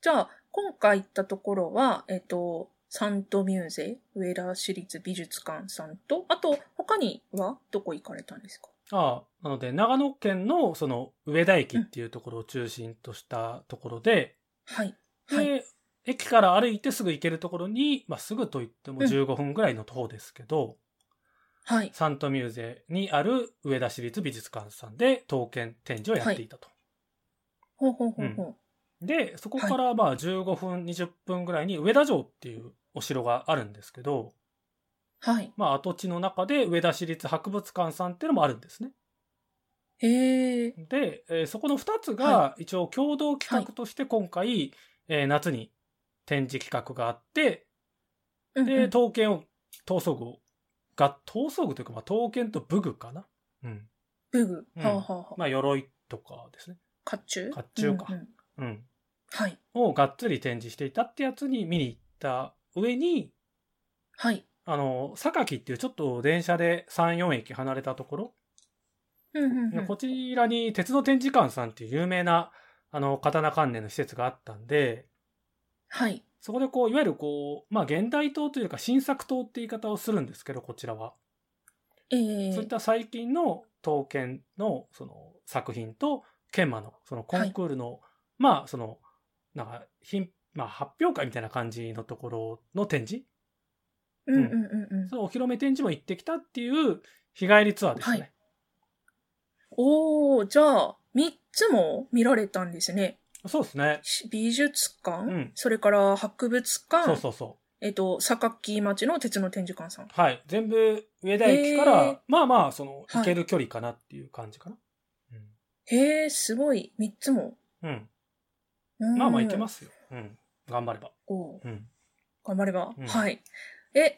Speaker 1: じゃあ、今回行ったところは、えっと、サントミューゼ、上田市立美術館さんと、あと、他にはどこ行かれたんですか
Speaker 2: ああ、なので、長野県のその上田駅っていうところを中心としたところで、
Speaker 1: はい。
Speaker 2: で、
Speaker 1: はい。
Speaker 2: 駅から歩いてすぐ行けるところに、まあ、すぐと言っても
Speaker 1: うん
Speaker 2: 15分ぐらいの徒歩ですけど、
Speaker 1: はい。
Speaker 2: サントミューゼにある上田市立美術館さんで刀剣展示をやっていたと。
Speaker 1: ほうほうほうほう。
Speaker 2: で、そこからまあ15分、20分ぐらいに上田城っていうお城があるんですけど、
Speaker 1: はい。
Speaker 2: まあ、跡地の中で上田市立博物館さんっていうのもあるんですね。
Speaker 1: へえ。
Speaker 2: で、えーそこの2つが一応共同企画として今回、えー夏に展示企画があって、
Speaker 1: うんう
Speaker 2: で、
Speaker 1: ん
Speaker 2: 刀剣を、刀装具をが、刀装具というか、まあ、刀剣と武具かな。うん。
Speaker 1: ブグ。
Speaker 2: うん
Speaker 1: はあはあはあ。
Speaker 2: まあ、鎧とかですね。
Speaker 1: 甲冑
Speaker 2: 甲冑か
Speaker 1: うんうん
Speaker 2: うん。
Speaker 1: はい。
Speaker 2: をがっつり展示していたってやつに見に行った上に、
Speaker 1: はい。
Speaker 2: あの、榊っていうちょっと電車で3、4駅離れたところ、
Speaker 1: うんうんうん
Speaker 2: こちらに鉄の展示館さんっていう有名な、あの、刀関連の施設があったんで、
Speaker 1: はい。
Speaker 2: そこでこう、いわゆるこう、まあ、現代刀というか新作刀って言い方をするんですけど、こちらは。
Speaker 1: え
Speaker 2: そうい
Speaker 1: ー。
Speaker 2: った最近の刀剣のその作品と、研磨のそのコンクールの、まあ、その、なんか、品まあ、発表会みたいな感じのところの展示、
Speaker 1: うんうんうんうん
Speaker 2: そ。のお披露目展示も行ってきたっていう日帰りツアーですね。
Speaker 1: はいおー、じゃあ、3つも見られたんですね。
Speaker 2: そうですね。
Speaker 1: し美術館、
Speaker 2: うん
Speaker 1: それから博物館、
Speaker 2: そうそうそ
Speaker 1: えっと、榊町の鉄の展示館さん。
Speaker 2: う。はい。全部、上田駅か
Speaker 1: へー
Speaker 2: ら、まあまあ、その、
Speaker 1: はい
Speaker 2: 行ける距離かなっていう感じかな。
Speaker 1: へえ、すごい、3つも。
Speaker 2: うん。うん
Speaker 1: うん。
Speaker 2: まあまあ、行けますすよ。うん。頑張れば。
Speaker 1: おー
Speaker 2: うん。
Speaker 1: 頑張れば、
Speaker 2: うん
Speaker 1: はい。え、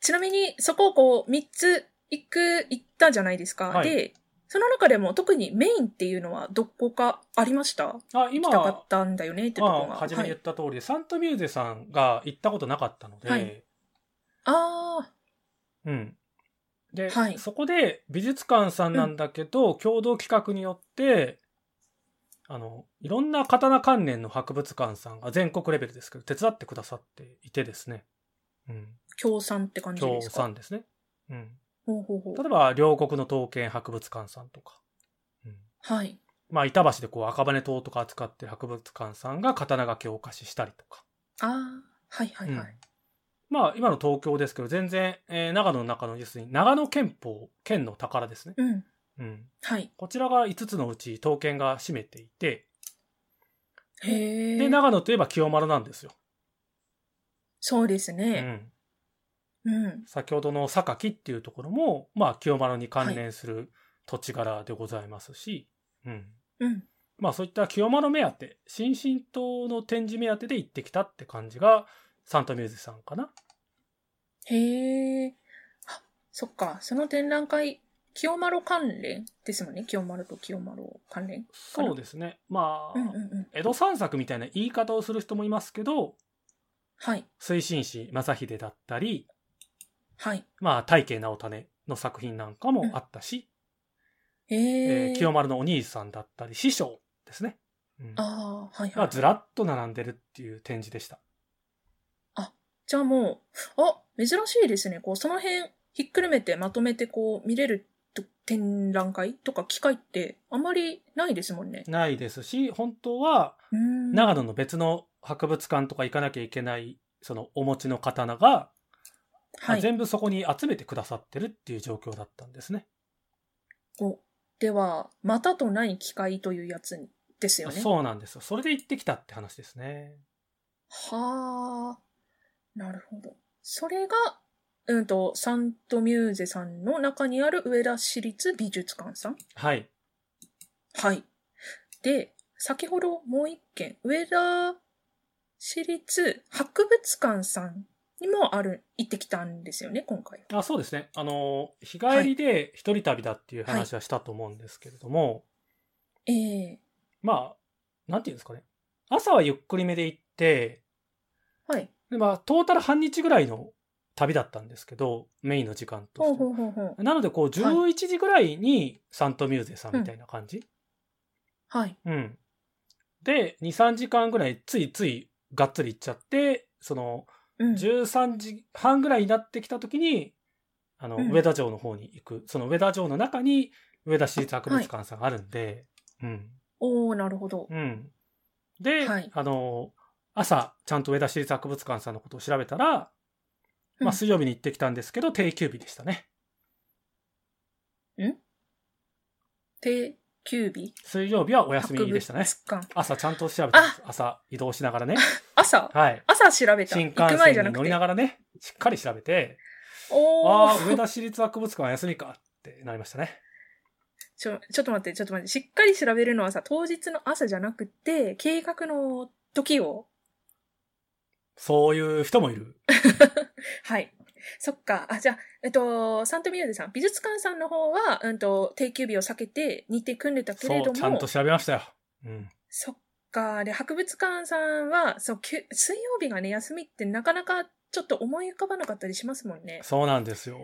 Speaker 1: ちなみに、そこをこう、3つ行く、行ったじゃないですか。
Speaker 2: はい
Speaker 1: で、その中でも特にメインっていうのはどこかありました行
Speaker 2: あ、今
Speaker 1: き、たかったんだよねってとこ
Speaker 2: まあ、
Speaker 1: が。
Speaker 2: 初め
Speaker 1: は
Speaker 2: に言
Speaker 1: い
Speaker 2: っ、た通りで、サンタミューゼさんが行ったことなかったので、
Speaker 1: はいああ、
Speaker 2: うん。で、
Speaker 1: はい
Speaker 2: そこで美術館さんなんだけど、共同企画によって、あの、いろんな刀関連の博物館さんが全国レベルですけど、手伝ってくださっていてですね。うん。
Speaker 1: 協賛って感じ
Speaker 2: 協
Speaker 1: ですか。
Speaker 2: 賛ですね。うん。
Speaker 1: ほうほうほ
Speaker 2: 例えば、両国の刀剣博物館さんとか、うん。
Speaker 1: う。はい。
Speaker 2: まあ、板橋でこう、赤羽刀とか扱ってる博物館さんが刀掛けをお貸ししたりとか。
Speaker 1: ああ、はいはいはい。
Speaker 2: うんまあ、今の東京ですけど、全然、えー長野の中の、要するに、長野県宝、県の宝ですね。
Speaker 1: うん。
Speaker 2: うん。
Speaker 1: はい。
Speaker 2: こちらが5つのうち、刀剣が占めていて、
Speaker 1: へえ。
Speaker 2: で、長野といえば清丸なんですよ。
Speaker 1: そうです
Speaker 2: う
Speaker 1: ね。
Speaker 2: ん。
Speaker 1: うん。
Speaker 2: 先ほどの榊っていうところも、まあ、清丸に関連する土地柄でございますし、うん。
Speaker 1: うん。
Speaker 2: まあ、そういった清丸目当て、新進党の展示目当てで行ってきたって感じが、サンタミューズさんかな。
Speaker 1: へえ。あ、そっか。その展覧会、清丸関連ですもんね。清丸と清丸関連。
Speaker 2: そうですね。まあ、
Speaker 1: うんうんうん。
Speaker 2: 江戸散策みたいな言い方をする人もいますけど、
Speaker 1: はい。
Speaker 2: 推進士正秀だったり、
Speaker 1: はい。
Speaker 2: まあ、大慶直種の作品なんかもあったし、
Speaker 1: へ
Speaker 2: え
Speaker 1: え。
Speaker 2: ー清丸のお兄さんだったり、師匠ですね。うん、
Speaker 1: ああ、はいは
Speaker 2: が
Speaker 1: い。
Speaker 2: ずらっと並んでるっていう展示でした。
Speaker 1: じゃあもう、あ、珍しいですね。こう、その辺、ひっくるめてまとめてこう、見れると展覧会とか機会ってあまりないですもんね。
Speaker 2: ないですし、本当は
Speaker 1: うーん。
Speaker 2: 長野の別の博物館とか行かなきゃいけない、そのお持ちの刀が、まあ
Speaker 1: はい。
Speaker 2: 全部そこに集めてくださってるっていう状況だったんですね。
Speaker 1: おでは、またとない機会というやつですよね。
Speaker 2: そうなんですよ。それで行ってきたって話ですね。
Speaker 1: はあ、なるほど。それが、うんと、サントミューゼさんの中にある上田市立美術館さん。
Speaker 2: はい。
Speaker 1: はい。で、先ほどもう一件、上田市立博物館さんにもある、行ってきたんですよね、今回。
Speaker 2: あ、そうですね。あの、日帰りで一人旅だっていう話はしたと思うんですけれども、
Speaker 1: ええ
Speaker 2: まあ、なんていうんですかね。朝はゆっくりめで行って、
Speaker 1: はい。
Speaker 2: でまあ、トータル半日ぐらいの旅だったんですけど、メインの時間と
Speaker 1: ほう
Speaker 2: して
Speaker 1: ほ
Speaker 2: は。
Speaker 1: うほうほう。
Speaker 2: なので、こう、
Speaker 1: は
Speaker 2: 11時ぐらいにサントミューゼさんみたいな感じ、
Speaker 1: はい。
Speaker 2: うん、で、2、3時間ぐらい、ついつい、がっつり行っちゃって、その、
Speaker 1: うん。
Speaker 2: 13時半ぐらいになってきた時に、あの、
Speaker 1: うん
Speaker 2: 上田城の方に行く。その上田城の中に、上田市立博物館さんがあるんで、うん。
Speaker 1: おー、なるほど。
Speaker 2: うん。で、
Speaker 1: はい
Speaker 2: あの、朝、ちゃんと上田市立博物館さんのことを調べたら、
Speaker 1: う
Speaker 2: まあ、
Speaker 1: ん
Speaker 2: 水曜日に行ってきたんですけど、定休日でしたね。
Speaker 1: 定休日
Speaker 2: 水曜日はお休
Speaker 1: 博
Speaker 2: みでしたね。
Speaker 1: 物館。
Speaker 2: 朝、ちゃんと調べたんです。朝、移動しながらね。
Speaker 1: 朝
Speaker 2: はい。
Speaker 1: 朝調べた。
Speaker 2: 新
Speaker 1: 行
Speaker 2: 幹
Speaker 1: く前じゃ
Speaker 2: 線
Speaker 1: な
Speaker 2: に
Speaker 1: く
Speaker 2: 乗
Speaker 1: て。
Speaker 2: りながらね、しっかり調べて、
Speaker 1: お
Speaker 2: ああ、
Speaker 1: ー
Speaker 2: 上田市立博物館休みかってなりましたね。
Speaker 1: ちょ、ちょっと待って、ちょっと待って。しっかり調べるのはさ、当日の朝じゃなくて、計画の時を。
Speaker 2: そういう人もいる。
Speaker 1: はい。そっか。あ、じゃあ、えっと、サントミューゼさん、美術館さんの方は、うんと、定休日を避けて日程組んでたけれ
Speaker 2: そ
Speaker 1: ど
Speaker 2: う、ちゃん
Speaker 1: も
Speaker 2: と、調べましたよ。うん。
Speaker 1: そっか。で、博物館さんは、そう、きゅ水曜日がね、休みってなかなかちょっと思い浮かばなかったりしますもんね。
Speaker 2: そうなんですよ。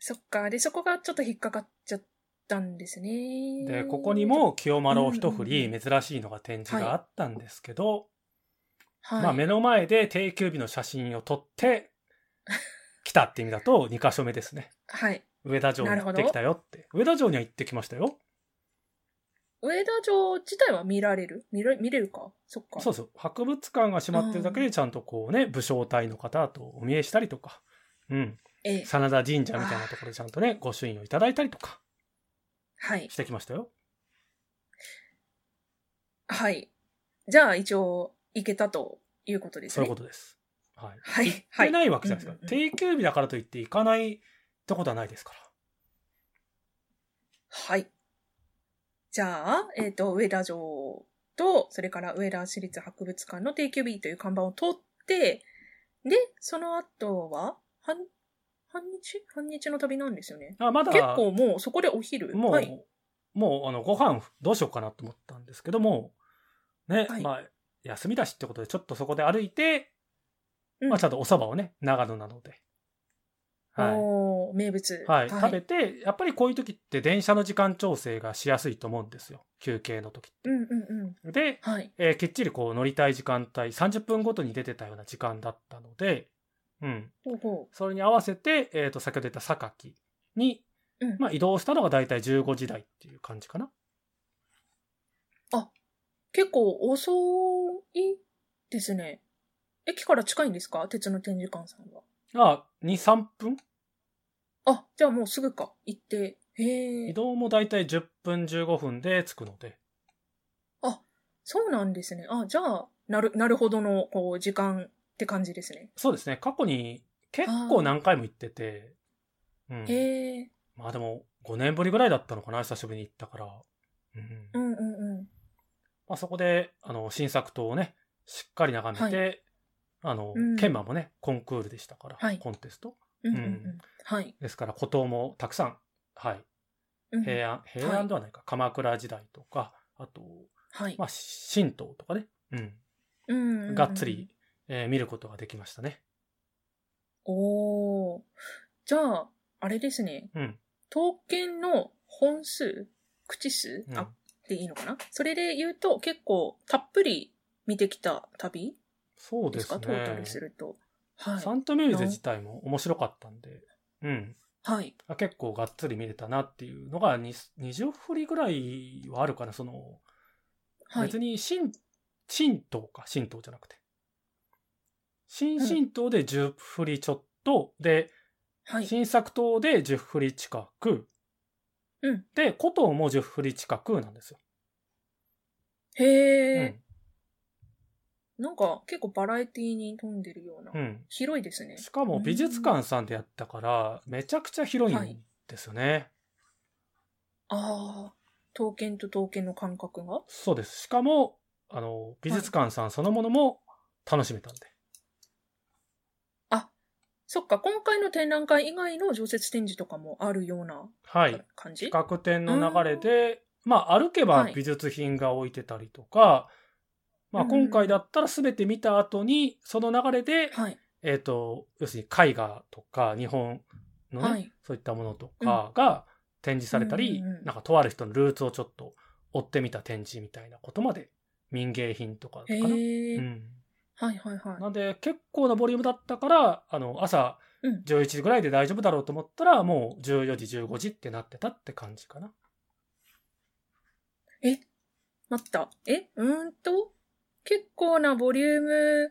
Speaker 1: そっか。で、そこがちょっと引っかかっちゃったんですね。
Speaker 2: で、ここに、も清丸を一振
Speaker 1: うん
Speaker 2: り珍しいのが展示があったんですけど、
Speaker 1: はい、
Speaker 2: まあ目の前で定休日の写真を 撮って、来たって意味だと2箇所目ですね。
Speaker 1: はい。
Speaker 2: 上田城に行ってきたよって。上田城には行ってきましたよ。
Speaker 1: 上田城自体は見られる見れ見れるかそっか。
Speaker 2: そうそう。博物館が閉まってるだけでちゃんとこうね、武将隊の方とお見えしたりとか、うん。
Speaker 1: ええ。
Speaker 2: 真田神社みたいなところでちゃんとね、ご朱印をいただいたりとか
Speaker 1: はい。
Speaker 2: してきましたよ。
Speaker 1: はい。じゃあ、一応、行けたということです
Speaker 2: そう
Speaker 1: ね。
Speaker 2: いうことです。はい。
Speaker 1: はい
Speaker 2: 行ってないわけじゃない
Speaker 1: は
Speaker 2: で
Speaker 1: い
Speaker 2: すか。定休日だからといって行かないってことはないですから。
Speaker 1: はい。じゃあ、えっ、と、上田城と、それから上田市立博物館の定休日という看板を取って、で、その後は、半、半日半日の旅なんですよね。
Speaker 2: あまだ
Speaker 1: 結構もうそこでお昼。
Speaker 2: もう、
Speaker 1: はい。
Speaker 2: もう、あの、ご飯どうしようかなと思ったんですけども、ね、
Speaker 1: はい
Speaker 2: まあ、休みだしってことで、ちょっとそこで歩いて、
Speaker 1: うん
Speaker 2: まあ、ちゃんとお蕎麦をね、長野なので。は
Speaker 1: おー名物。
Speaker 2: い。はい。食べて、やっぱりこういう時って電車の時間調整がしやすいと思うんですよ。休憩の時
Speaker 1: うんうんうん。
Speaker 2: って。で、
Speaker 1: はい。
Speaker 2: えーきっちりこう乗りたい時間帯、30分ごとに出てたような時間だったので、うん。
Speaker 1: ほうほ
Speaker 2: それに合わせて、えっ、と、先ほど言った榊に、
Speaker 1: う。うん。
Speaker 2: まあ、移動したのが大体15時台っていう感じかな。
Speaker 1: 結構遅いですね。駅から近いんですか鉄の展示館さんは。
Speaker 2: あ、2、3分
Speaker 1: あ、じゃあもうすぐか。行って。へ
Speaker 2: 移
Speaker 1: え。
Speaker 2: 動もだいたい10分15分で着くので。
Speaker 1: そうなんですね。あ、じゃあ、なる、なるほどの、こう、時間って感じですね。
Speaker 2: そうですね。過去に結構何回も行ってて。うん。
Speaker 1: へえ。
Speaker 2: まあでも5年ぶりぐらいだったのかな、久しぶりに行ったから。うん。
Speaker 1: う
Speaker 2: ま
Speaker 1: んうんうん。
Speaker 2: あそこで、あの、新作とをね、しっかり眺めて、あの
Speaker 1: うん、
Speaker 2: 研磨もね、コンクールでしたから、
Speaker 1: はい
Speaker 2: コンテスト。
Speaker 1: うんうんう。
Speaker 2: うん
Speaker 1: はい。
Speaker 2: ですから、古刀もたくさん、はい。
Speaker 1: うん
Speaker 2: 平安、平安ではないか、鎌倉時代とか、あと、
Speaker 1: はい。
Speaker 2: まあ、神道とかね。うん。
Speaker 1: うんうんうん
Speaker 2: がっつり、。えー見ることができましたね。
Speaker 1: おー。じゃあ、あれですね。
Speaker 2: うん。
Speaker 1: 刀剣の本数口数、
Speaker 2: うん
Speaker 1: あっていいのかなそれで言うと結構たっぷり見てきた旅
Speaker 2: そう
Speaker 1: で
Speaker 2: ですす
Speaker 1: か
Speaker 2: ね。
Speaker 1: トータルすると。はい。
Speaker 2: サントミューゼ自体も面白かったんで、うん。
Speaker 1: はい。
Speaker 2: あ結構がっつり見れたなっていうのが、に20振りぐらいはあるかな、その、
Speaker 1: はい
Speaker 2: 別。に新、神道か、神道じゃなくて。新神道で10振りちょっと、で、
Speaker 1: はい。
Speaker 2: 新作刀で10振り近く、
Speaker 1: うん
Speaker 2: で、古刀も10振り近くなんですよ。
Speaker 1: へえ、なんか結構バラエティに富んでるような。
Speaker 2: うん。うん。
Speaker 1: 広いですね。
Speaker 2: しかも美術館さんでやったから、めちゃくちゃ広いんですよね。
Speaker 1: ああ。刀剣と刀剣の感覚が
Speaker 2: そうです。しかも、あの、美術館さんそのものも楽しめたんで。
Speaker 1: そっか、今回の展覧会以外の常設展示とかもあるような
Speaker 2: はい。
Speaker 1: 感じ、
Speaker 2: 企画展の流れで、まあ、歩けば
Speaker 1: はい
Speaker 2: 美術品が置いてたりとか、まあ、
Speaker 1: うん
Speaker 2: 今回だったら全て見た後に、その流れで、
Speaker 1: はい。
Speaker 2: えっ、と、要するに絵画とか、日本のね、
Speaker 1: はい
Speaker 2: そういったものとかが展示された
Speaker 1: う
Speaker 2: り、
Speaker 1: んうんうん
Speaker 2: なんかとある人のルーツをちょっと追ってみた展示みたいなことまで、民芸品とかか
Speaker 1: へ
Speaker 2: な。
Speaker 1: え、
Speaker 2: うん
Speaker 1: はいはいはい。
Speaker 2: なんで、結構なボリュームだったから、あの、朝
Speaker 1: うん
Speaker 2: 11時ぐらいで大丈夫だろうと思ったら、もう14時、15時ってなってたって感じかな。
Speaker 1: え、待った。え、うーんと結構なボリュームっ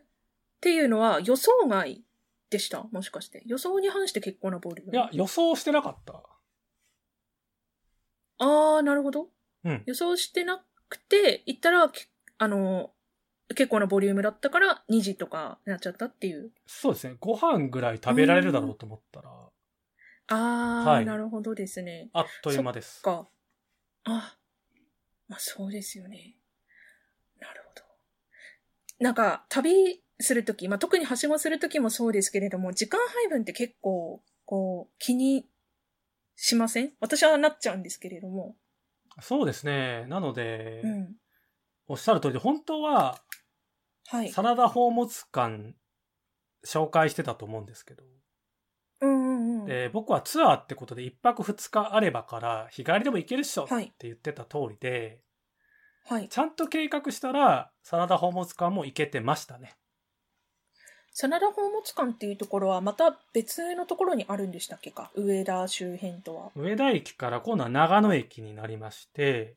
Speaker 1: ていうのは予想外でしたもしかして。予想に反して結構なボリューム。
Speaker 2: いや、予想してなかった。
Speaker 1: あー、なるほど。
Speaker 2: うん。
Speaker 1: 予想してなくて、行ったら、けあの、結構なボリュームだったから2時とかになっちゃったっていう。
Speaker 2: そうですね。ご飯ぐらい食べられるだろうと思ったら、
Speaker 1: あー、
Speaker 2: はい
Speaker 1: なるほどですね。
Speaker 2: あっという間です。
Speaker 1: か。あ、まあそうですよね。なるほど。なんか、旅するとき、まあ特にはしごするときもそうですけれども、時間配分って結構、こう、気にしません私はなっちゃうんですけれども。
Speaker 2: そうですね。なので、
Speaker 1: うん。
Speaker 2: おっしゃる通りで、本当は、
Speaker 1: はい。
Speaker 2: サラダ宝物館、紹介してたと思うんですけど、
Speaker 1: うんうんうん。
Speaker 2: で僕はツアーってことで1泊2日あればから日帰りでも行けるっしょって
Speaker 1: はい
Speaker 2: 言ってた通りで、
Speaker 1: はい。
Speaker 2: ちゃんと計画したら真田宝物館も行けてましたね
Speaker 1: 真田宝物館っていうところはまた別のところにあるんでしたっけか上田周辺とは。
Speaker 2: 上田駅から今度は長野駅になりまして、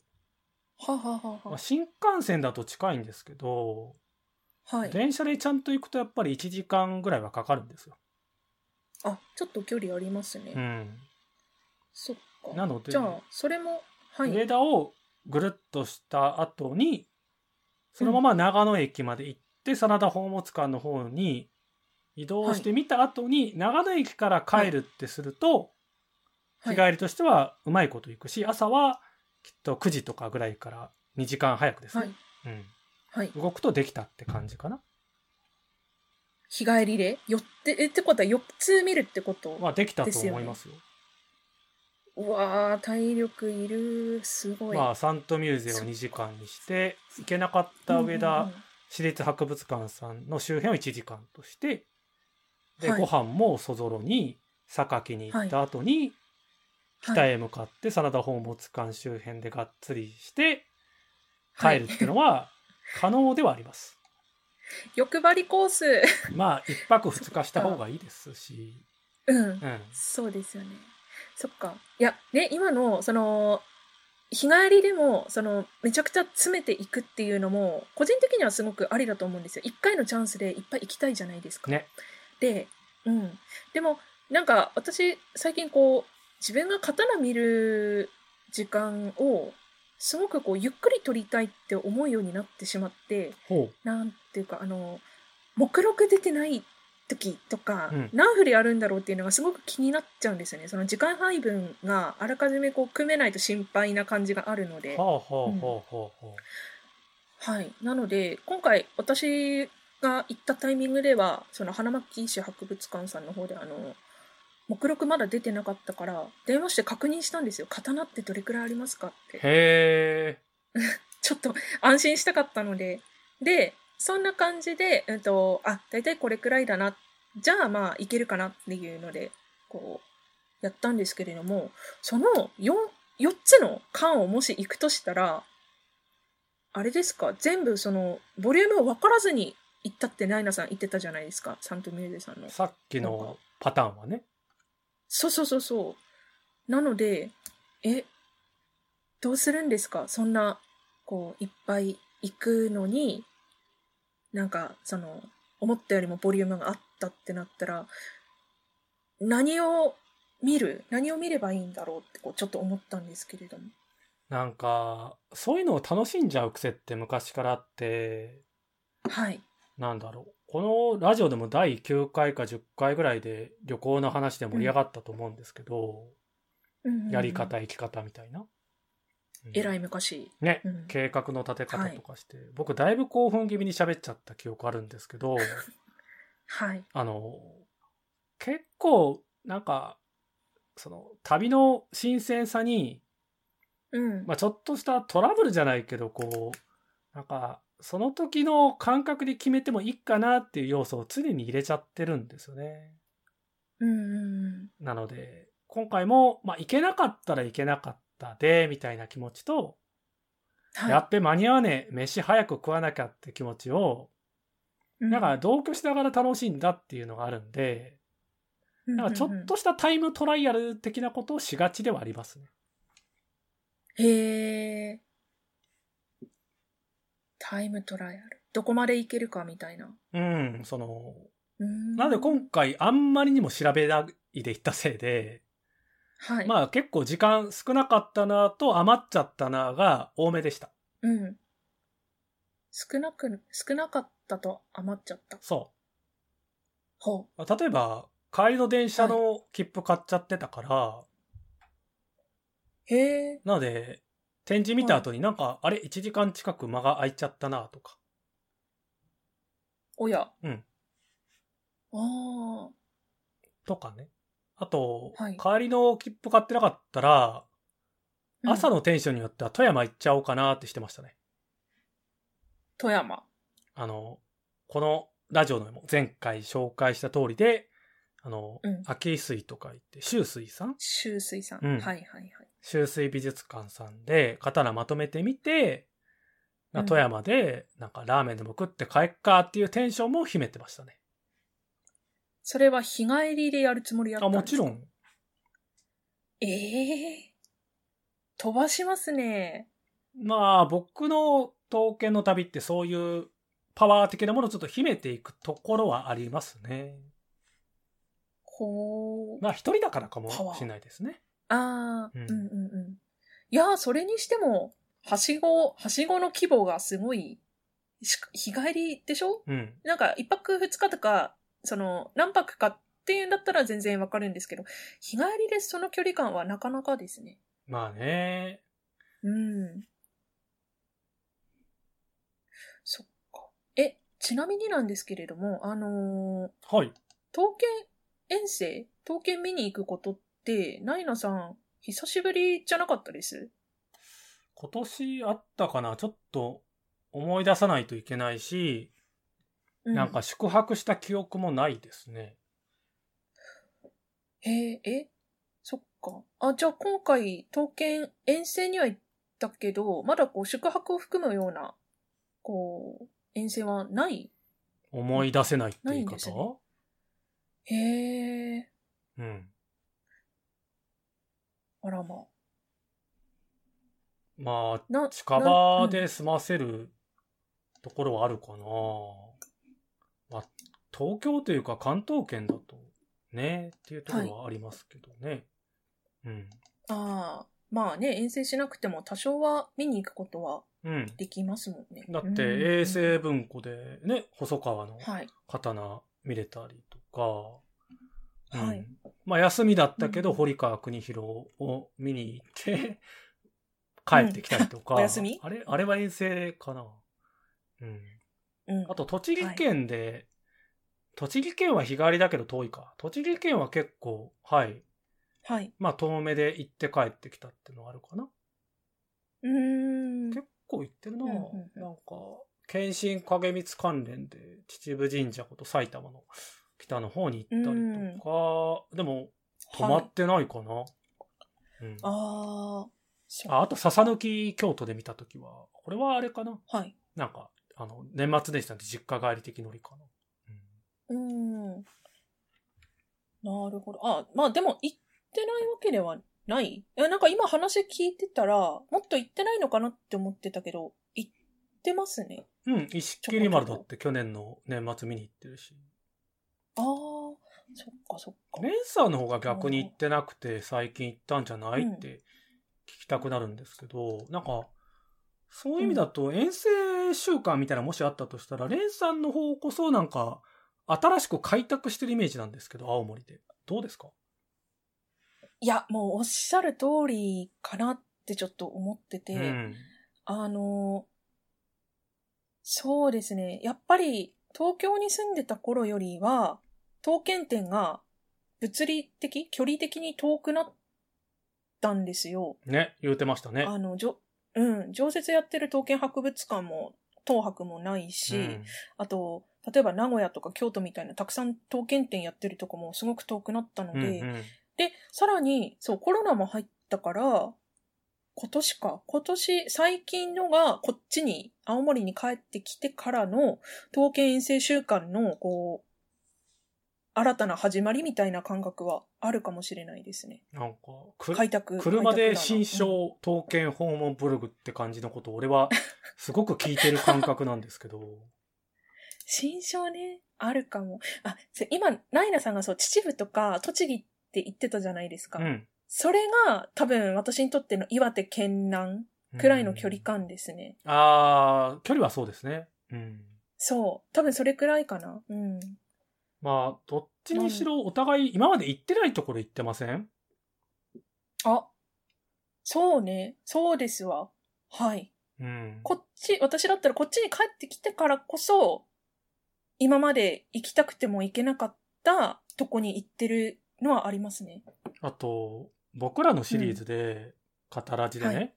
Speaker 1: はあ、はあはあ
Speaker 2: まあ
Speaker 1: は
Speaker 2: 新幹線だと近いんですけど、
Speaker 1: あ、はい。
Speaker 2: 電車でちゃんと行くとやっぱり1時間ぐらいはかかるんですよ、
Speaker 1: あ、ちょっと距離ありますね。
Speaker 2: うん、
Speaker 1: そっか。
Speaker 2: なので
Speaker 1: じゃあ、それも、はい。
Speaker 2: 上田をぐるっとした後にそのまま長野駅まで行って、真田宝物館の方に移動してみた後に、長野駅から帰るってすると、
Speaker 1: はい
Speaker 2: 日帰りとしてはうまいこと行くし朝はきっと9時とかぐらいから2時間早くです
Speaker 1: は
Speaker 2: ね、
Speaker 1: い。はい。
Speaker 2: うん、動くとできたって感じかな、
Speaker 1: 日帰りで寄って、え、ってことは4つ見るってこと、
Speaker 2: まあ、できたと思いますよ
Speaker 1: うわー、体力いる。すごい。
Speaker 2: まあサントミューゼを2時間にして行けなかった上田、
Speaker 1: うんうんうん
Speaker 2: 私立博物館さんの周辺を1時間としてで、
Speaker 1: はい
Speaker 2: ご飯もそぞろに榊に行った後に、北
Speaker 1: はい
Speaker 2: へ向かって真田宝物館周辺でがっつりして
Speaker 1: は
Speaker 2: 帰
Speaker 1: い
Speaker 2: るっていうのは可能ではあります。
Speaker 1: 欲張りコー ス。
Speaker 2: まあ1泊2日した方がいいですし、
Speaker 1: うん。
Speaker 2: うん、
Speaker 1: そうですよね。そっか。いや、ね、今の、その、日帰りでも、その、めちゃくちゃ詰めていくっていうのも、個人的にはすごくありだと思うんですよ。一回のチャンスでいっぱい行きたいじゃないですか。
Speaker 2: ね。
Speaker 1: で、うん。でも、なんか、私、最近こう、自分が刀見る時間を、すごくこう、ゆっくり撮りたいって思うようになってしまって、
Speaker 2: ほ
Speaker 1: なんていうか、あの、目録出てない時とか、
Speaker 2: うん
Speaker 1: 何振りあるんだろうっていうのがすごく気になっちゃうんですよね。その時間配分があらかじめこう組めないと心配な感じがあるの
Speaker 2: う
Speaker 1: で。
Speaker 2: はあはあはあはあは
Speaker 1: はい。なので、今回私が行ったタイミングでは、その花巻市博物館さんの方で、あの、目録まだ出てなかったから、電話して確認したんですよ。刀ってどれくらいありますかって
Speaker 2: あ。へえ
Speaker 1: ちょっと安心したかったので。で、そんな感じで、うんと、あ、だいたいこれくらいだな。じゃあまあ、いけるかなっていうので、こう、やったんですけれども、その4、4つの缶をもし行くとしたら、あれですか、全部その、ボリュームを分からずに行ったってナイナさん言ってたじゃないですか、サントミューゼさんの。
Speaker 2: さっきのパターンはね
Speaker 1: そうそうそうそう。なので、え、どうするんですかそんな、こう、いっぱい行くのに、なんか、その、思ったよりもボリュームがあったってなったら、何を見る何を見ればいいんだろうって、こう、ちょっと思ったんですけれども。
Speaker 2: なんかそういうのを楽しんじゃう癖って昔からあって
Speaker 1: はい。
Speaker 2: なんだろう。このラジオでも第9回か10回ぐらいで旅行の話で盛り上がったと思うんですけど、
Speaker 1: うんうんうん
Speaker 2: やり。方、生き方みたいな。
Speaker 1: えら
Speaker 2: い。
Speaker 1: い昔。
Speaker 2: ね。
Speaker 1: うん
Speaker 2: 計画の立て方とかして、僕だいぶ興奮気味に喋っちゃった記憶あるんですけど、
Speaker 1: はい。
Speaker 2: あの、結構、なんか、その、旅の新鮮さに、
Speaker 1: うん。
Speaker 2: まあ、ちょっとしたトラブルじゃないけど、こう、なんか、その時の感覚で決めてもいいかなっていう要素を常に入れちゃってるんですよね。
Speaker 1: うんうんうん。
Speaker 2: なので、今回も、まあ、行けなかったら行けなかったで、みたいな気持ちと、や
Speaker 1: は
Speaker 2: っべ、間に合わねえ、飯早く食わなきゃって気持ちを、
Speaker 1: い。
Speaker 2: なんか、同居しながら楽しんだっていうのがあるんで、
Speaker 1: うん、
Speaker 2: なんか、ちょ
Speaker 1: うんうんう
Speaker 2: っ
Speaker 1: ん
Speaker 2: としたタイムトライアル的なことをしがちではありますね。
Speaker 1: へえ。タイムトライアル。どこまでいけるかみたいな。
Speaker 2: うん、その、
Speaker 1: うーん
Speaker 2: なので今回、あんまりにも調べないで行ったせいで、
Speaker 1: はい。
Speaker 2: まあ、結構時間少なかったなと余っちゃったなが多めでした。
Speaker 1: うん。少なく、少なかったと余っちゃった。
Speaker 2: そ
Speaker 1: ほ
Speaker 2: う。例えば、帰りの電車の切符買っちゃってたから、
Speaker 1: う。へえ。
Speaker 2: なので、展示見た後になんか、あれ、1時間近く間が空いちゃったなとか。
Speaker 1: おや。
Speaker 2: うん。
Speaker 1: ああ。
Speaker 2: とかね。あと、
Speaker 1: はい
Speaker 2: 帰りの切符買ってなかったら、
Speaker 1: うん
Speaker 2: 朝のテンションによっては富山行っちゃおうかなってしてましたね。
Speaker 1: 富山。
Speaker 2: あの、このラジオでも前回紹介した通りで、あの、
Speaker 1: うん
Speaker 2: 秋水とか行って、秋水さん
Speaker 1: 周水さん。
Speaker 2: うん
Speaker 1: はいはいはい。
Speaker 2: 秋水美術館さんで刀まとめてみて、
Speaker 1: うん
Speaker 2: 富山でなんかラーメンでも食って帰っかっていうテンションも秘めてましたね。
Speaker 1: それは日帰りでやるつもりやった
Speaker 2: あ、もちろ
Speaker 1: んで
Speaker 2: ん。
Speaker 1: すか。ええ飛ばしますね。
Speaker 2: まあ僕の刀剣の旅ってそういうパワー的なものをちょっと秘めていくところはありますね。
Speaker 1: ほう。
Speaker 2: まあ一人だからかもしれないですね。
Speaker 1: ああ、
Speaker 2: う
Speaker 1: うんん、うんうんうんいやー、それにしても、はしご、はしごの規模がすごい、し日帰りでしょ
Speaker 2: うん。
Speaker 1: なんか、一泊二日とか、その、何泊かっていうんだったら全然わかるんですけど、日帰りでその距離感はなかなかですね。
Speaker 2: まあね。
Speaker 1: うん。そっか。え、ちなみになんですけれども、あのー、
Speaker 2: はい。
Speaker 1: 刀剣遠征刀剣見に行くことって、ナイナさん、久しぶりじゃなかったです
Speaker 2: 今年あったかなちょっと思い出さないといけないし、
Speaker 1: う
Speaker 2: なんか宿泊した記憶もないですね。
Speaker 1: へえ、えそっか。あ、じゃあ今回、刀剣遠征には行ったけど、まだこう、宿泊を含むような、こう、遠征はない
Speaker 2: 思い出せないって言い
Speaker 1: ないんです
Speaker 2: 方、
Speaker 1: ねへえ、
Speaker 2: うん。
Speaker 1: あらま。
Speaker 2: ま
Speaker 1: な
Speaker 2: あ、、近場で済ませるところはあるかな。まあ、東京というか関東圏だとね、っていうところはありますけどね。うん。
Speaker 1: ああ、まあね、遠征しなくても多少は見に行くことは
Speaker 2: うん。
Speaker 1: できますもんね。
Speaker 2: だっ
Speaker 1: うん
Speaker 2: て、衛星文庫でね、細川の
Speaker 1: はい。
Speaker 2: 刀見れたりとか、
Speaker 1: はい
Speaker 2: うんまあ休みだったけど、
Speaker 1: うん
Speaker 2: 堀川邦弘を見に行って、帰ってきたりと か、
Speaker 1: お休み
Speaker 2: あれ、あれは遠征かな。うん。
Speaker 1: うん。
Speaker 2: あと、栃木県で、栃木県は日帰りだけど遠いか。栃木県は結構、はい。
Speaker 1: はい。
Speaker 2: まあ、遠目で行って帰ってきたっていうのはあるかな。
Speaker 1: うーん。
Speaker 2: 結構行ってるな、
Speaker 1: うんうんうん
Speaker 2: なんか、謙信影光関連で、秩父神社こと埼玉の北の方に行ったりとか、でも、止ま
Speaker 1: はい
Speaker 2: ってないかな。うん、あ
Speaker 1: ああ、そう。
Speaker 2: あと、笹抜京都で見たときは、これはあれかな
Speaker 1: はい。
Speaker 2: なんか、あの、年末年始なんて実家帰り的ノリかな。うん
Speaker 1: うん。なるほど。あ、まあでも行ってないわけではない。いやなんか今話聞いてたら、もっと行ってないのかなって思ってたけど、行ってますね。
Speaker 2: うん、石切丸だって去年の年末見に行ってるし。
Speaker 1: ああ、そっかそっか。
Speaker 2: メンサーの方が逆に行ってなくて最近行ったんじゃないって聞きたくなるんですけど、なんか、そういう意味だと遠征習慣みたいなのもしあったとしたら、レンさんの方こそなんか、新しく開拓してるイメージなんですけど、青森で。どうですか
Speaker 1: いや、もうおっしゃる通りかなってちょっと思ってて、
Speaker 2: うん。
Speaker 1: あの、そうですね。やっぱり東京に住んでた頃よりは、刀剣店が物理的、距離的に遠くなったんですよ。
Speaker 2: ね、言うてましたね。
Speaker 1: あの、じょ、うん、常設やってる刀剣博物館も、東博もないうし、
Speaker 2: ん、
Speaker 1: あと、例えば名古屋とか京都みたいなたくさん刀剣店やってるとこもすごく遠くなったので、
Speaker 2: うんうん
Speaker 1: で、さらに、そう、コロナも入ったから、今年か、今年、最近のが、こっちに、青森に帰ってきてからの、刀剣遠征習慣の、こう、新たな始まりみたいな感覚はあるかもしれないですね。
Speaker 2: なんか、く
Speaker 1: 開拓。
Speaker 2: 車で新
Speaker 1: 開拓だなうん
Speaker 2: 商刀剣訪問ブログって感じのことを俺はすごく聞いてる感覚なんですけど。
Speaker 1: 新章ね、あるかも。あ、そう今、ナイナさんがそう、秩父とか栃木って言ってたじゃないですか。
Speaker 2: うん。
Speaker 1: それが多分私にとっての岩手県南くらいの距離感ですね。
Speaker 2: ああ、距離はそうですね。うん。
Speaker 1: そう。多分それくらいかな。うん。
Speaker 2: まあ、どっちにしろお互い今まで行ってないところ行ってません
Speaker 1: あ、そうね。そうですわ。はい。
Speaker 2: うん。
Speaker 1: こっち、私だったらこっちに帰ってきてからこそ、今まで行きたくても行けなかったとこに行ってるのはありますね。
Speaker 2: あと、僕らのシリーズで、カタラジでね、
Speaker 1: はい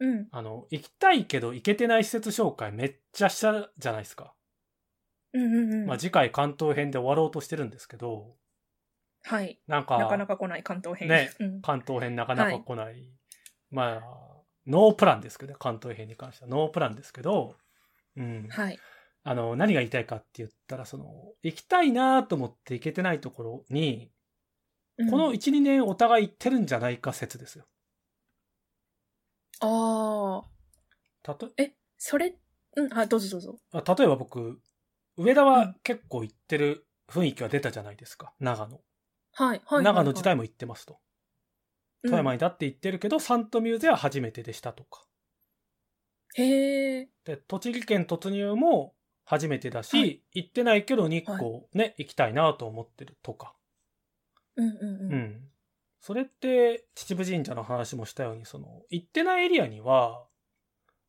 Speaker 1: うん。
Speaker 2: あの、行きたいけど行けてない施設紹介めっちゃしたじゃないですか。
Speaker 1: うんうんうん。
Speaker 2: まあ次回関東編で終わろうとしてるんですけど、
Speaker 1: はい。
Speaker 2: なんか、
Speaker 1: なかなか来ない関東編。
Speaker 2: ね
Speaker 1: うん。
Speaker 2: 関東編なかなか来ない、まあ、ノープランですけどね、関東編に関しては。ノープランですけど、うん。
Speaker 1: はい。
Speaker 2: あの、何が言いたいかって言ったら、その、行きたいなと思って行けてないところに、
Speaker 1: うん
Speaker 2: この1、2年お互い行ってるんじゃないか説ですよ。
Speaker 1: ああ、
Speaker 2: たと、
Speaker 1: それ、うん、あ、どうぞどうぞ。
Speaker 2: あ例えば僕、上田
Speaker 1: う
Speaker 2: は
Speaker 1: ん
Speaker 2: 結構行ってる雰囲気は出たじゃないですか、長野。
Speaker 1: はい、はい。
Speaker 2: 長野自体
Speaker 1: も、
Speaker 2: も行ってますと。富山
Speaker 1: に。
Speaker 2: にだって行ってるけど、サントミューゼは初めてでしたとか。
Speaker 1: へえ、
Speaker 2: で、栃木県突入も初めてだし、
Speaker 1: はい
Speaker 2: 行ってないけど日光
Speaker 1: は
Speaker 2: ね、行きたいなと思ってるとか。
Speaker 1: うんうん
Speaker 2: う
Speaker 1: うん。
Speaker 2: ん。それって、秩父神社の話もしたように、その、行ってないエリアには、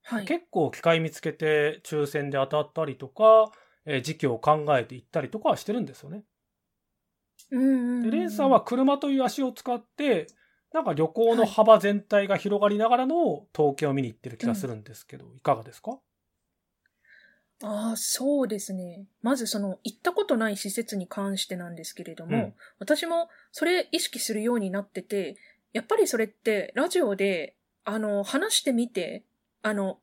Speaker 1: はい。
Speaker 2: 結構機会見つけて抽選で当たったりとか、えー時期を考えて行ったりとかはしてるんですよね。
Speaker 1: うんうんうん。
Speaker 2: で、レンさんは、車という足を使って、なんか旅行の幅全体が広がりながらの統計を見に行ってる気がするんですけど、いかがですか
Speaker 1: ああ、そうですね。まずその、行ったことない施設に関してなんですけれども、
Speaker 2: うん
Speaker 1: 私もそれ意識するようになってて、やっぱりそれって、ラジオで、あの、話してみて、あの、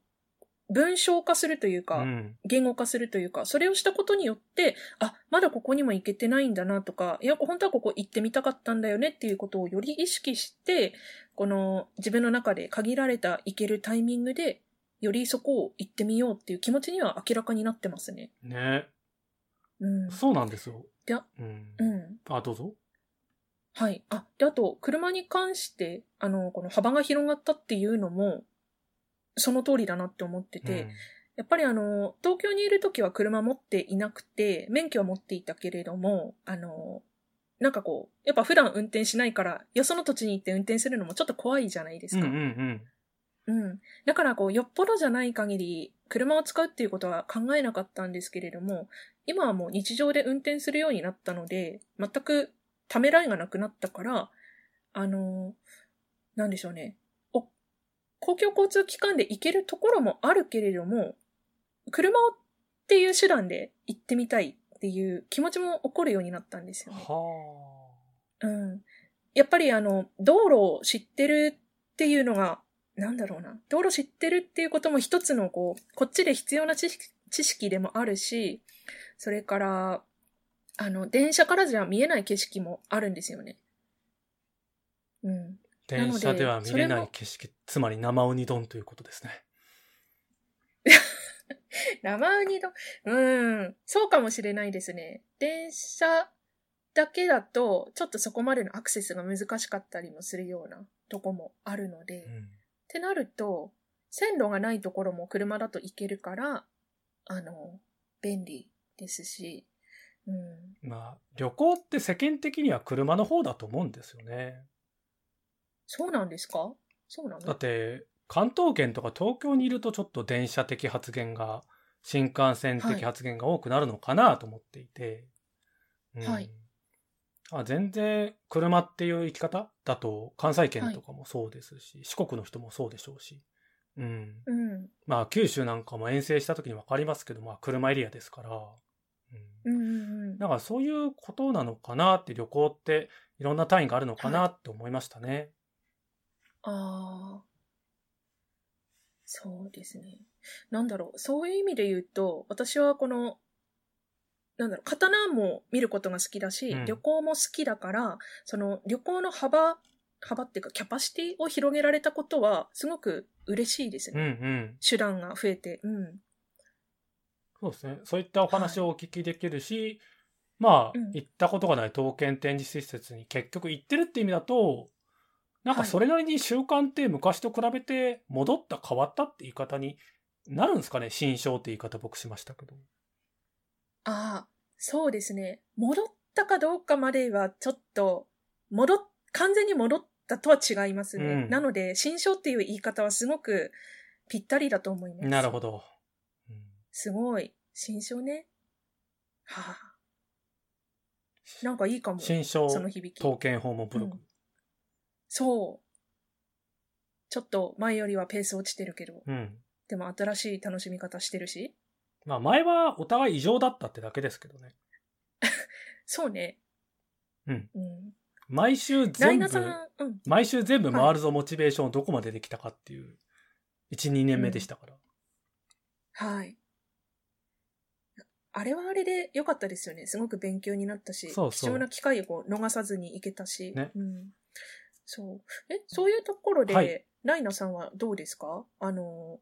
Speaker 1: 文章化するというか、
Speaker 2: うん。
Speaker 1: 言語化するというか、それをしたことによって、あ、まだここにも行けてないんだなとか、いや、本当はここ行ってみたかったんだよねっていうことをより意識して、この自分の中で限られた行けるタイミングで、よりそこを行ってみようっていう気持ちには明らかになってますね。
Speaker 2: ね
Speaker 1: うん。
Speaker 2: そうなんですよ。
Speaker 1: いや
Speaker 2: うん。
Speaker 1: うん。
Speaker 2: あ、どうぞ。
Speaker 1: はい。あ、で、あと、車に関して、あの、この幅が広がったっていうのも、その通りだなって思ってて、やっぱりあの、東京にいるときは車持っていなくて、免許は持っていたけれども、あの、なんかこう、やっぱ普段運転しないから、よその土地に行って運転するのもちょっと怖いじゃないで
Speaker 2: う
Speaker 1: す
Speaker 2: ん、う
Speaker 1: か。
Speaker 2: ん、うんうん。
Speaker 1: うん。だからこう、よっぽどじゃない限り、車を使うっていうことは考えなかったんですけれども、今はもう日常で運転するようになったので、全くためらいがなくなったから、あの、なんでしょうね。お、公共交通機関で行けるところもあるけれども、車をっていう手段で行ってみたいっていう気持ちも起こるようになったんですよね。
Speaker 2: は
Speaker 1: うん。やっぱりあの、道路を知ってるっていうのが、なんだろうな。道路知ってるっていうことも一つのこう、こっちで必要な知識知識でもあるし、それから、あの、電車からじゃ見えない景色もあるんですよね。うん。
Speaker 2: あ。電車では見れない景色、つまり生ウニ丼ということですね。
Speaker 1: 生ウニ丼、うん、そうかもしれないですね。電車だけだと、ちょっとそこまでのアクセスが難しかったりもするようなとこもあるので、
Speaker 2: うん。
Speaker 1: ってなると、線路がないところも車だと行けるから、あの、便利ですし、うん。
Speaker 2: まあ、旅行って世間的には車の方だと思うんですよね。
Speaker 1: そうなんですかそうなの
Speaker 2: だって、関東圏とか東京にいるとちょっと電車的発言が、新幹線的発言が多くなるのかなと思っていて。うん
Speaker 1: はい
Speaker 2: あ全然、車っていう生き方だと、関西圏とかもそうですし、四国の人もそうでしょうし。うん。
Speaker 1: うん。
Speaker 2: まあ、九州なんかも遠征した時にわかりますけど、まあ、車エリアですから。うん。
Speaker 1: うんうんうん
Speaker 2: だ。からそういうことなのかなって、旅行っていろんな単位があるのかなって思いましたね。
Speaker 1: ああ。そうですね。なんだろう。そういう意味で言うと、私はこの、なんだろう、刀も見ることが好きだし、
Speaker 2: うん
Speaker 1: 旅行も好きだから、その旅行の幅、幅っていうかキャパシティを広げられたことは、すごく嬉しいです
Speaker 2: うん
Speaker 1: ね。
Speaker 2: うん。
Speaker 1: 手段が増えて。うん。
Speaker 2: そうですね。そういったお話をお聞きできるし、ま
Speaker 1: う
Speaker 2: あ、
Speaker 1: ん
Speaker 2: 行ったことがない刀剣展示施設に結局行ってるって意味だと、なんか
Speaker 1: はい
Speaker 2: それなりに習慣って昔と比べて戻った変わったって言い方になるんですかね新章って言い方僕しましたけど。
Speaker 1: ああ、そうですね。戻ったかどうかまではちょっと、戻っ、完全に戻ったとは違いますね。
Speaker 2: うん
Speaker 1: なので、新章っていう言い方はすごくぴったりだと思います。
Speaker 2: なる
Speaker 1: ど。
Speaker 2: ほど。うん
Speaker 1: すごい。新章ね。はあ。なんかいいかも。
Speaker 2: 新章
Speaker 1: その響き。
Speaker 2: 刀剣訪問ブログ。
Speaker 1: そう。ちょっと前よりはペース落ちてるけど、
Speaker 2: うん。
Speaker 1: でも新しい楽しみ方してるし。
Speaker 2: まあ前はお互い異常だったってだけですけどね。
Speaker 1: そうね。
Speaker 2: うん。
Speaker 1: うん。
Speaker 2: 毎週
Speaker 1: ライ
Speaker 2: 全
Speaker 1: ナさ
Speaker 2: 部、
Speaker 1: ん、うん。
Speaker 2: 毎週全部回るぞモチベーションをどこまでできたかっていう、1、2年目でしたから。
Speaker 1: はい。あれはあれで良かったですよね。すごく勉強になったし、
Speaker 2: そうそう
Speaker 1: 貴重な機会をこう逃さずに行けたし。
Speaker 2: ね
Speaker 1: うん。そう。え、そういうところで、
Speaker 2: はい
Speaker 1: ライナさんはどうですかあの、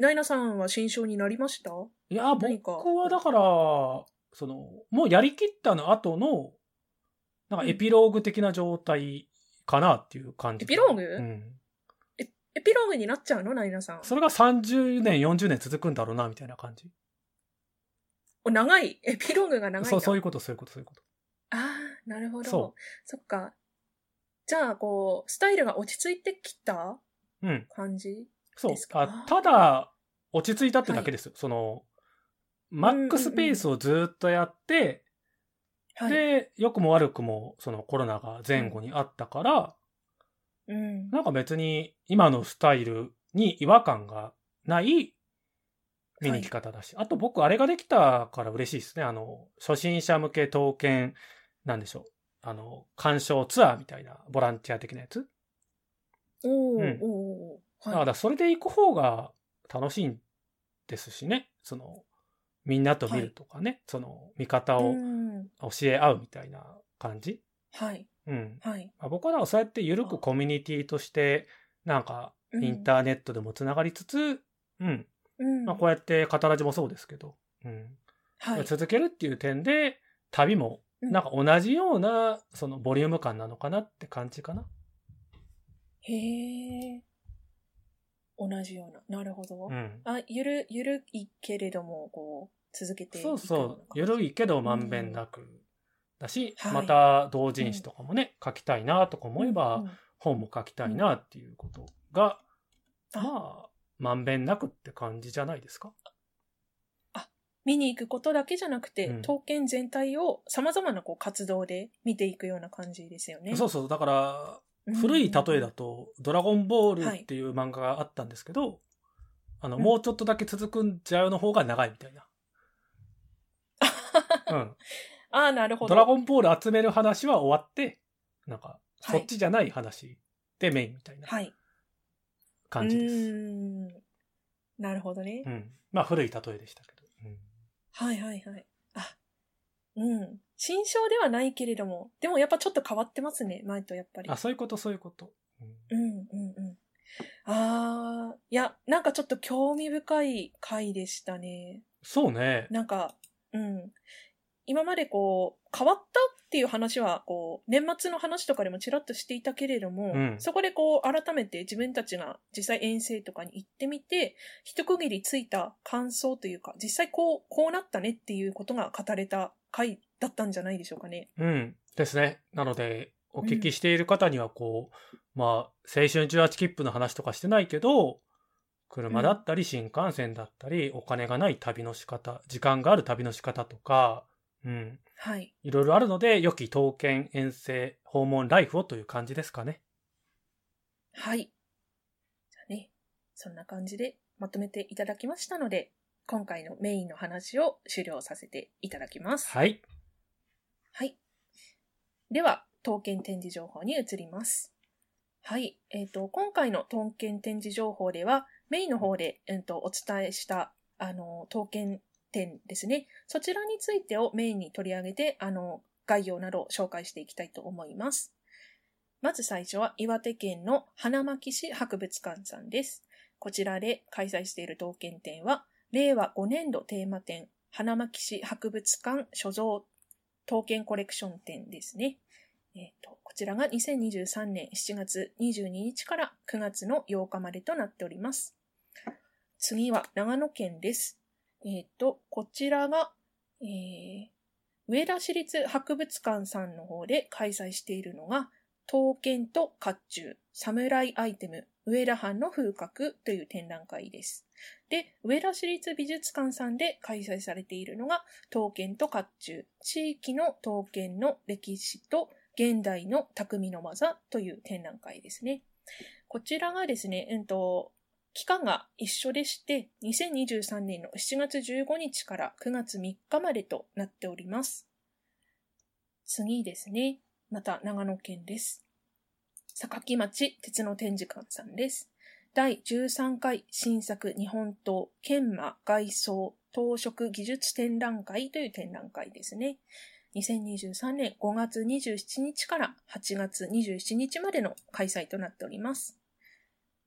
Speaker 1: ライナさんは新章になりました
Speaker 2: いや、
Speaker 1: 何
Speaker 2: 僕
Speaker 1: か
Speaker 2: はだから、その、もうやりきったの後の、なんかエピローグ的な状態かなっていう感じ。
Speaker 1: エピローグ
Speaker 2: うん。
Speaker 1: エピローグになっちゃうのライナさん。
Speaker 2: それが30年、40年続くんだろうな、みたいな感じ。
Speaker 1: お、長い。エピローグが長いんだ。
Speaker 2: そう、そういうこと、そういうこと、そういうこと。
Speaker 1: ああ、なるほど。
Speaker 2: そ
Speaker 1: そっか。じゃあ、こう、スタイルが落ち着いてきた
Speaker 2: うん。
Speaker 1: 感じ
Speaker 2: そう
Speaker 1: です。か
Speaker 2: あただ、落ち着いたってだけですよ。その、マックスペースをずっとやって、
Speaker 1: はい。
Speaker 2: で、良くも悪くも、そのコロナが前後にあったから、
Speaker 1: うん。
Speaker 2: なんか別に今のスタイルに違和感がない見に来方だし、あと僕あれができたから嬉しいですね。あの、初心者向け刀剣、なんでしょう。あの、鑑賞ツアーみたいなボランティア的なやつ。
Speaker 1: おー
Speaker 2: うん
Speaker 1: おーおー
Speaker 2: だか
Speaker 1: はい。
Speaker 2: らそれで行く方が楽しいんですしね。その、みんなと見るとかね、その、見方
Speaker 1: う
Speaker 2: を
Speaker 1: ん。
Speaker 2: 教え合うみたいな感じ。
Speaker 1: はい。
Speaker 2: うん。
Speaker 1: はい。
Speaker 2: まあ、僕はだからそうやって緩くコミュニティとして、なんか、
Speaker 1: うん
Speaker 2: インターネットでもつながりつつ、うん。
Speaker 1: うん。
Speaker 2: まあ、こうやって、カタラジもそうですけど、うん。
Speaker 1: はい。
Speaker 2: 続けるっていう点で、旅も、
Speaker 1: うん
Speaker 2: なんか同じような、その、ボリューム感なのかなって感じかな。
Speaker 1: へえ。同じような。なるほど
Speaker 2: う。ん。
Speaker 1: あ、ゆる、ゆるいけれども、こう、続けていく
Speaker 2: そうそう。緩
Speaker 1: い。
Speaker 2: いけど、まんべんなく。だし、
Speaker 1: はい
Speaker 2: また、同人誌とかもね、書きたいなとか思えば、
Speaker 1: うんうん
Speaker 2: 本も書きたいなっていうことが、
Speaker 1: あ
Speaker 2: まあ、まんべんなくって感じじゃないですか。
Speaker 1: 見に行くことだけじゃなくて、
Speaker 2: うん
Speaker 1: 刀剣全体を様々なこう活動で見ていくような感じですよね。
Speaker 2: そうそう。だから、
Speaker 1: うん
Speaker 2: 古い例えだと、ドラゴンボールっていう漫画があったんですけど、あの、
Speaker 1: うん
Speaker 2: もうちょっとだけ続くんじゃうの方が長いみた いな。うん。
Speaker 1: ああ、なるほど。
Speaker 2: ドラゴンボール集める話は終わって、なんか、
Speaker 1: はい
Speaker 2: そっちじゃない話でメインみたいな
Speaker 1: はい。
Speaker 2: 感じです。
Speaker 1: うーんなるほどね。
Speaker 2: うん。まあ、古い例えでしたけど。うん
Speaker 1: はいはいはい。あ、うん。新章ではないけれども、でもやっぱちょっと変わってますね、前とやっぱり
Speaker 2: あ、。そういうこと、そういうこと。う
Speaker 1: う
Speaker 2: ん
Speaker 1: んうんうん。ああ、いや、なんかちょっと興味深い回でしたね。
Speaker 2: そうね。
Speaker 1: なんか、うん。今までこう、変わったっていう話は、こう、年末の話とかでもちらっとしていたけれども、
Speaker 2: うん
Speaker 1: そこでこう、改めて自分たちが実際遠征とかに行ってみて、一区切りついた感想というか、実際こう、こうなったねっていうことが語れた回だったんじゃないでしょうかね。
Speaker 2: うん。ですね。なので、お聞きしている方には、こう、まあ、青春18切符の話とかしてないけど、車だったり、新幹線だったり、お金がない旅の仕方、時間がある旅の仕方とか、うん。
Speaker 1: はい。
Speaker 2: いろいろあるので、良き刀剣遠征訪問ライフをという感じですかね。
Speaker 1: はい。じゃあね、そんな感じでまとめていただきましたので、今回のメインの話を終了させていただきます。
Speaker 2: はい。
Speaker 1: はい。では、刀剣展示情報に移ります。はい。えっ、と、今回の刀剣展示情報では、メインの方で、うん、とお伝えした、あの、刀剣展ですね。そちらについてをメインに取り上げて、あの、概要などを紹介していきたいと思います。まず最初は、岩手県の花巻市博物館さんです。こちらで開催している刀剣展は、令和5年度テーマ展、花巻市博物館所蔵刀剣コレクション展ですね。えっと、こちらが2023年7月22日から9月の8日までとなっております。次は長野県です。えっと、こちらが、えー上田市立博物館さんの方で開催しているのが、刀剣と甲冑、侍アイテム、上田藩の風格という展覧会です。で、上田市立美術館さんで開催されているのが、刀剣と甲冑、地域の刀剣の歴史と現代の匠の技という展覧会ですね。こちらがですね、うんと、期間が一緒でして、2023年の7月15日から9月3日までとなっております。次ですね。また長野県です。榊町鉄の展示館さんです。第13回新作日本刀研磨外装刀飾技術展覧会という展覧会ですね。2023年5月27日から8月27日までの開催となっております。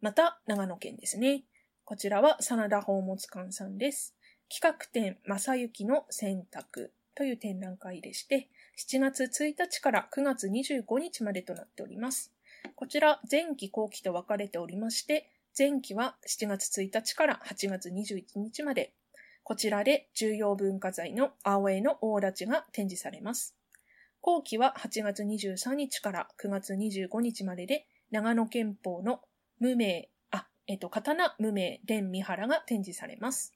Speaker 1: また、長野県ですね。こちらは真田宝物館さんです。企画展、正幸の選択という展覧会でして、7月1日から9月25日までとなっております。こちら、前期後期と分かれておりまして、前期は7月1日から8月21日まで、こちらで重要文化財の青江の大立ちが展示されます。後期は8月23日から9月25日までで、長野県宝の無名、あ、えっと、刀無名伝三原が展示されます。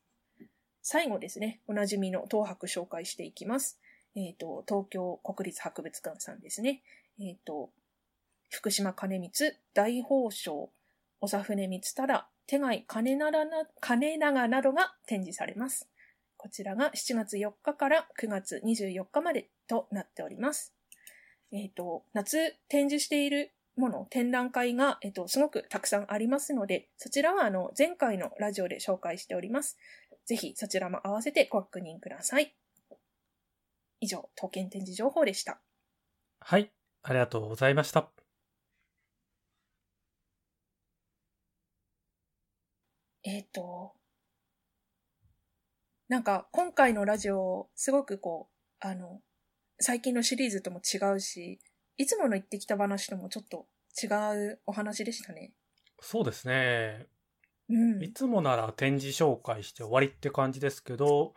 Speaker 1: 最後ですね、おなじみの東博紹介していきます。えっと、東京国立博物館さんですね。えっと、福島兼光、大宝生、長船光忠、手貝金ならな、金長などが展示されます。こちらが7月4日から9月24日までとなっております。えっ、と、夏展示しているもの、展覧会が、えっ、と、すごくたくさんありますので、そちらはあの、前回のラジオで紹介しております。ぜひそちらも合わせてご確認ください。以上、刀剣展示情報でした。
Speaker 2: はい。ありがとうございました。
Speaker 1: えっ、と、なんか今回のラジオ、すごくこう、あの、最近のシリーズとも違うし、いつもの言ってきた話ともちょっと違うお話でしたね。
Speaker 2: そうですね。
Speaker 1: うん。
Speaker 2: いつもなら展示紹介して終わりって感じですけど、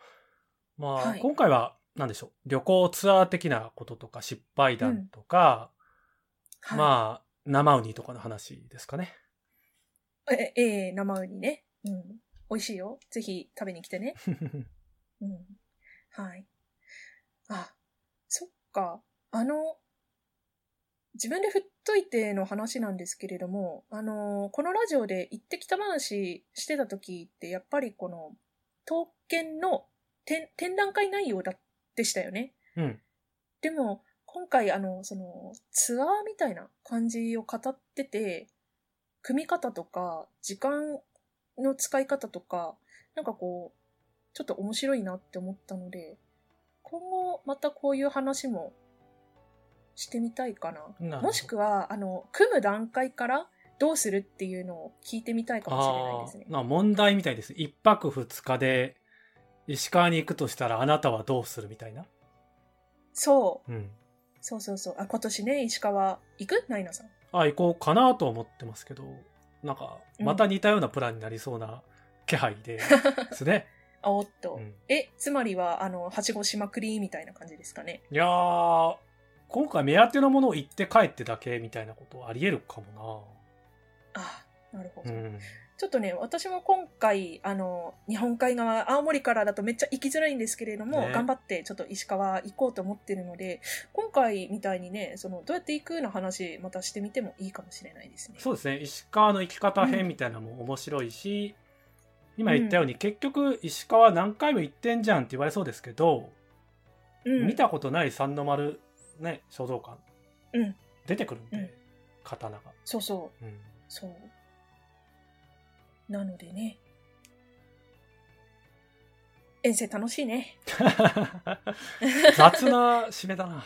Speaker 2: まあ、
Speaker 1: はい
Speaker 2: 今回は何でしょう。旅行ツアー的なこととか失敗談とか、
Speaker 1: はい、
Speaker 2: まあ、生ウニとかの話ですかね。
Speaker 1: え、ええ生ウニね。うん。美味しいよ。ぜひ食べに来てね。うん。はい。あ、そっか。あの、自分で振っといての話なんですけれども、あの、このラジオで行ってきた話してた時って、やっぱりこの、刀剣の展展覧会内容だでしたよね。
Speaker 2: うん。
Speaker 1: でも、今回、あの、その、ツアーみたいな感じを語ってて、組み方とか、時間の使い方とか、なんかこう、ちょっと面白いなって思ったので、今後またこういう話もしてみたいかな。
Speaker 2: なるほど
Speaker 1: もしくは、あの、組む段階からどうするっていうのを聞いてみたいかもしれないですね
Speaker 2: あー。な問題みたいです。一泊二日で石川に行くとしたらあなたはどうするみたいな。
Speaker 1: そう。
Speaker 2: うん。
Speaker 1: そうそうそう。あ、今年ね、石川行くナイナさん。
Speaker 2: あ、行こうかなと思ってますけど、なんか、
Speaker 1: うん
Speaker 2: また似たようなプランになりそうな気配 でですね。
Speaker 1: あ、おっと。
Speaker 2: うん
Speaker 1: え、つまりは、あの、はしごしまくりみたいな感じですかね。
Speaker 2: いやー、今回目当てのものを行って帰ってだけみたいなことあり得るかも
Speaker 1: あなるほ
Speaker 2: な。
Speaker 1: ど、
Speaker 2: うん。
Speaker 1: ちょっとね、私も今回、あの、日本海側、青森からだとめっちゃ行きづらいんですけれども、
Speaker 2: ね
Speaker 1: 頑張ってちょっと石川行こうと思ってるので、今回みたいにね、その、どうやって行くの話、またしてみてもいいかもしれないですね。
Speaker 2: そうですね。石川の行き方編みたいなのも面白いし、今言ったように、結局石川何回も行ってんじゃんって言われそうですけど、
Speaker 1: うん、
Speaker 2: 見たことない三の丸、ね、書道館、
Speaker 1: うん
Speaker 2: 出てくるんで、
Speaker 1: うん
Speaker 2: 刀が、
Speaker 1: そうそう、
Speaker 2: うん
Speaker 1: そう。なのでね、遠征楽しいね。
Speaker 2: 雑な締めだ な、うん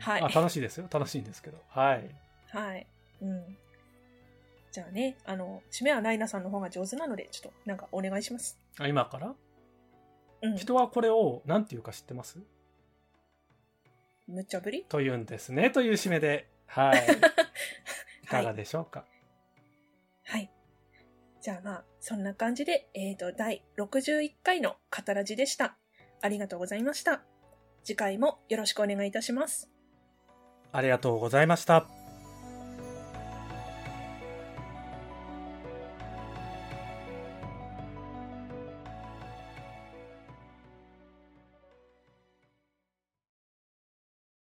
Speaker 1: はい
Speaker 2: あ楽しいですよ楽しいんですけどはい
Speaker 1: はい。うん。じゃあね、あの、締めはライナさんの方が上手なので、ちょっとなんかお願いします。
Speaker 2: あ今から
Speaker 1: うん。
Speaker 2: 人はこれを何て言うか知ってます
Speaker 1: 無茶ぶり
Speaker 2: というんですねという締めで、はい。いかがでしょうか。
Speaker 1: はい。じゃあまあ、そんな感じで、えーと、第61回のカタラジでした。ありがとうございました。次回もよろしくお願いいたします。
Speaker 2: ありがとうございました。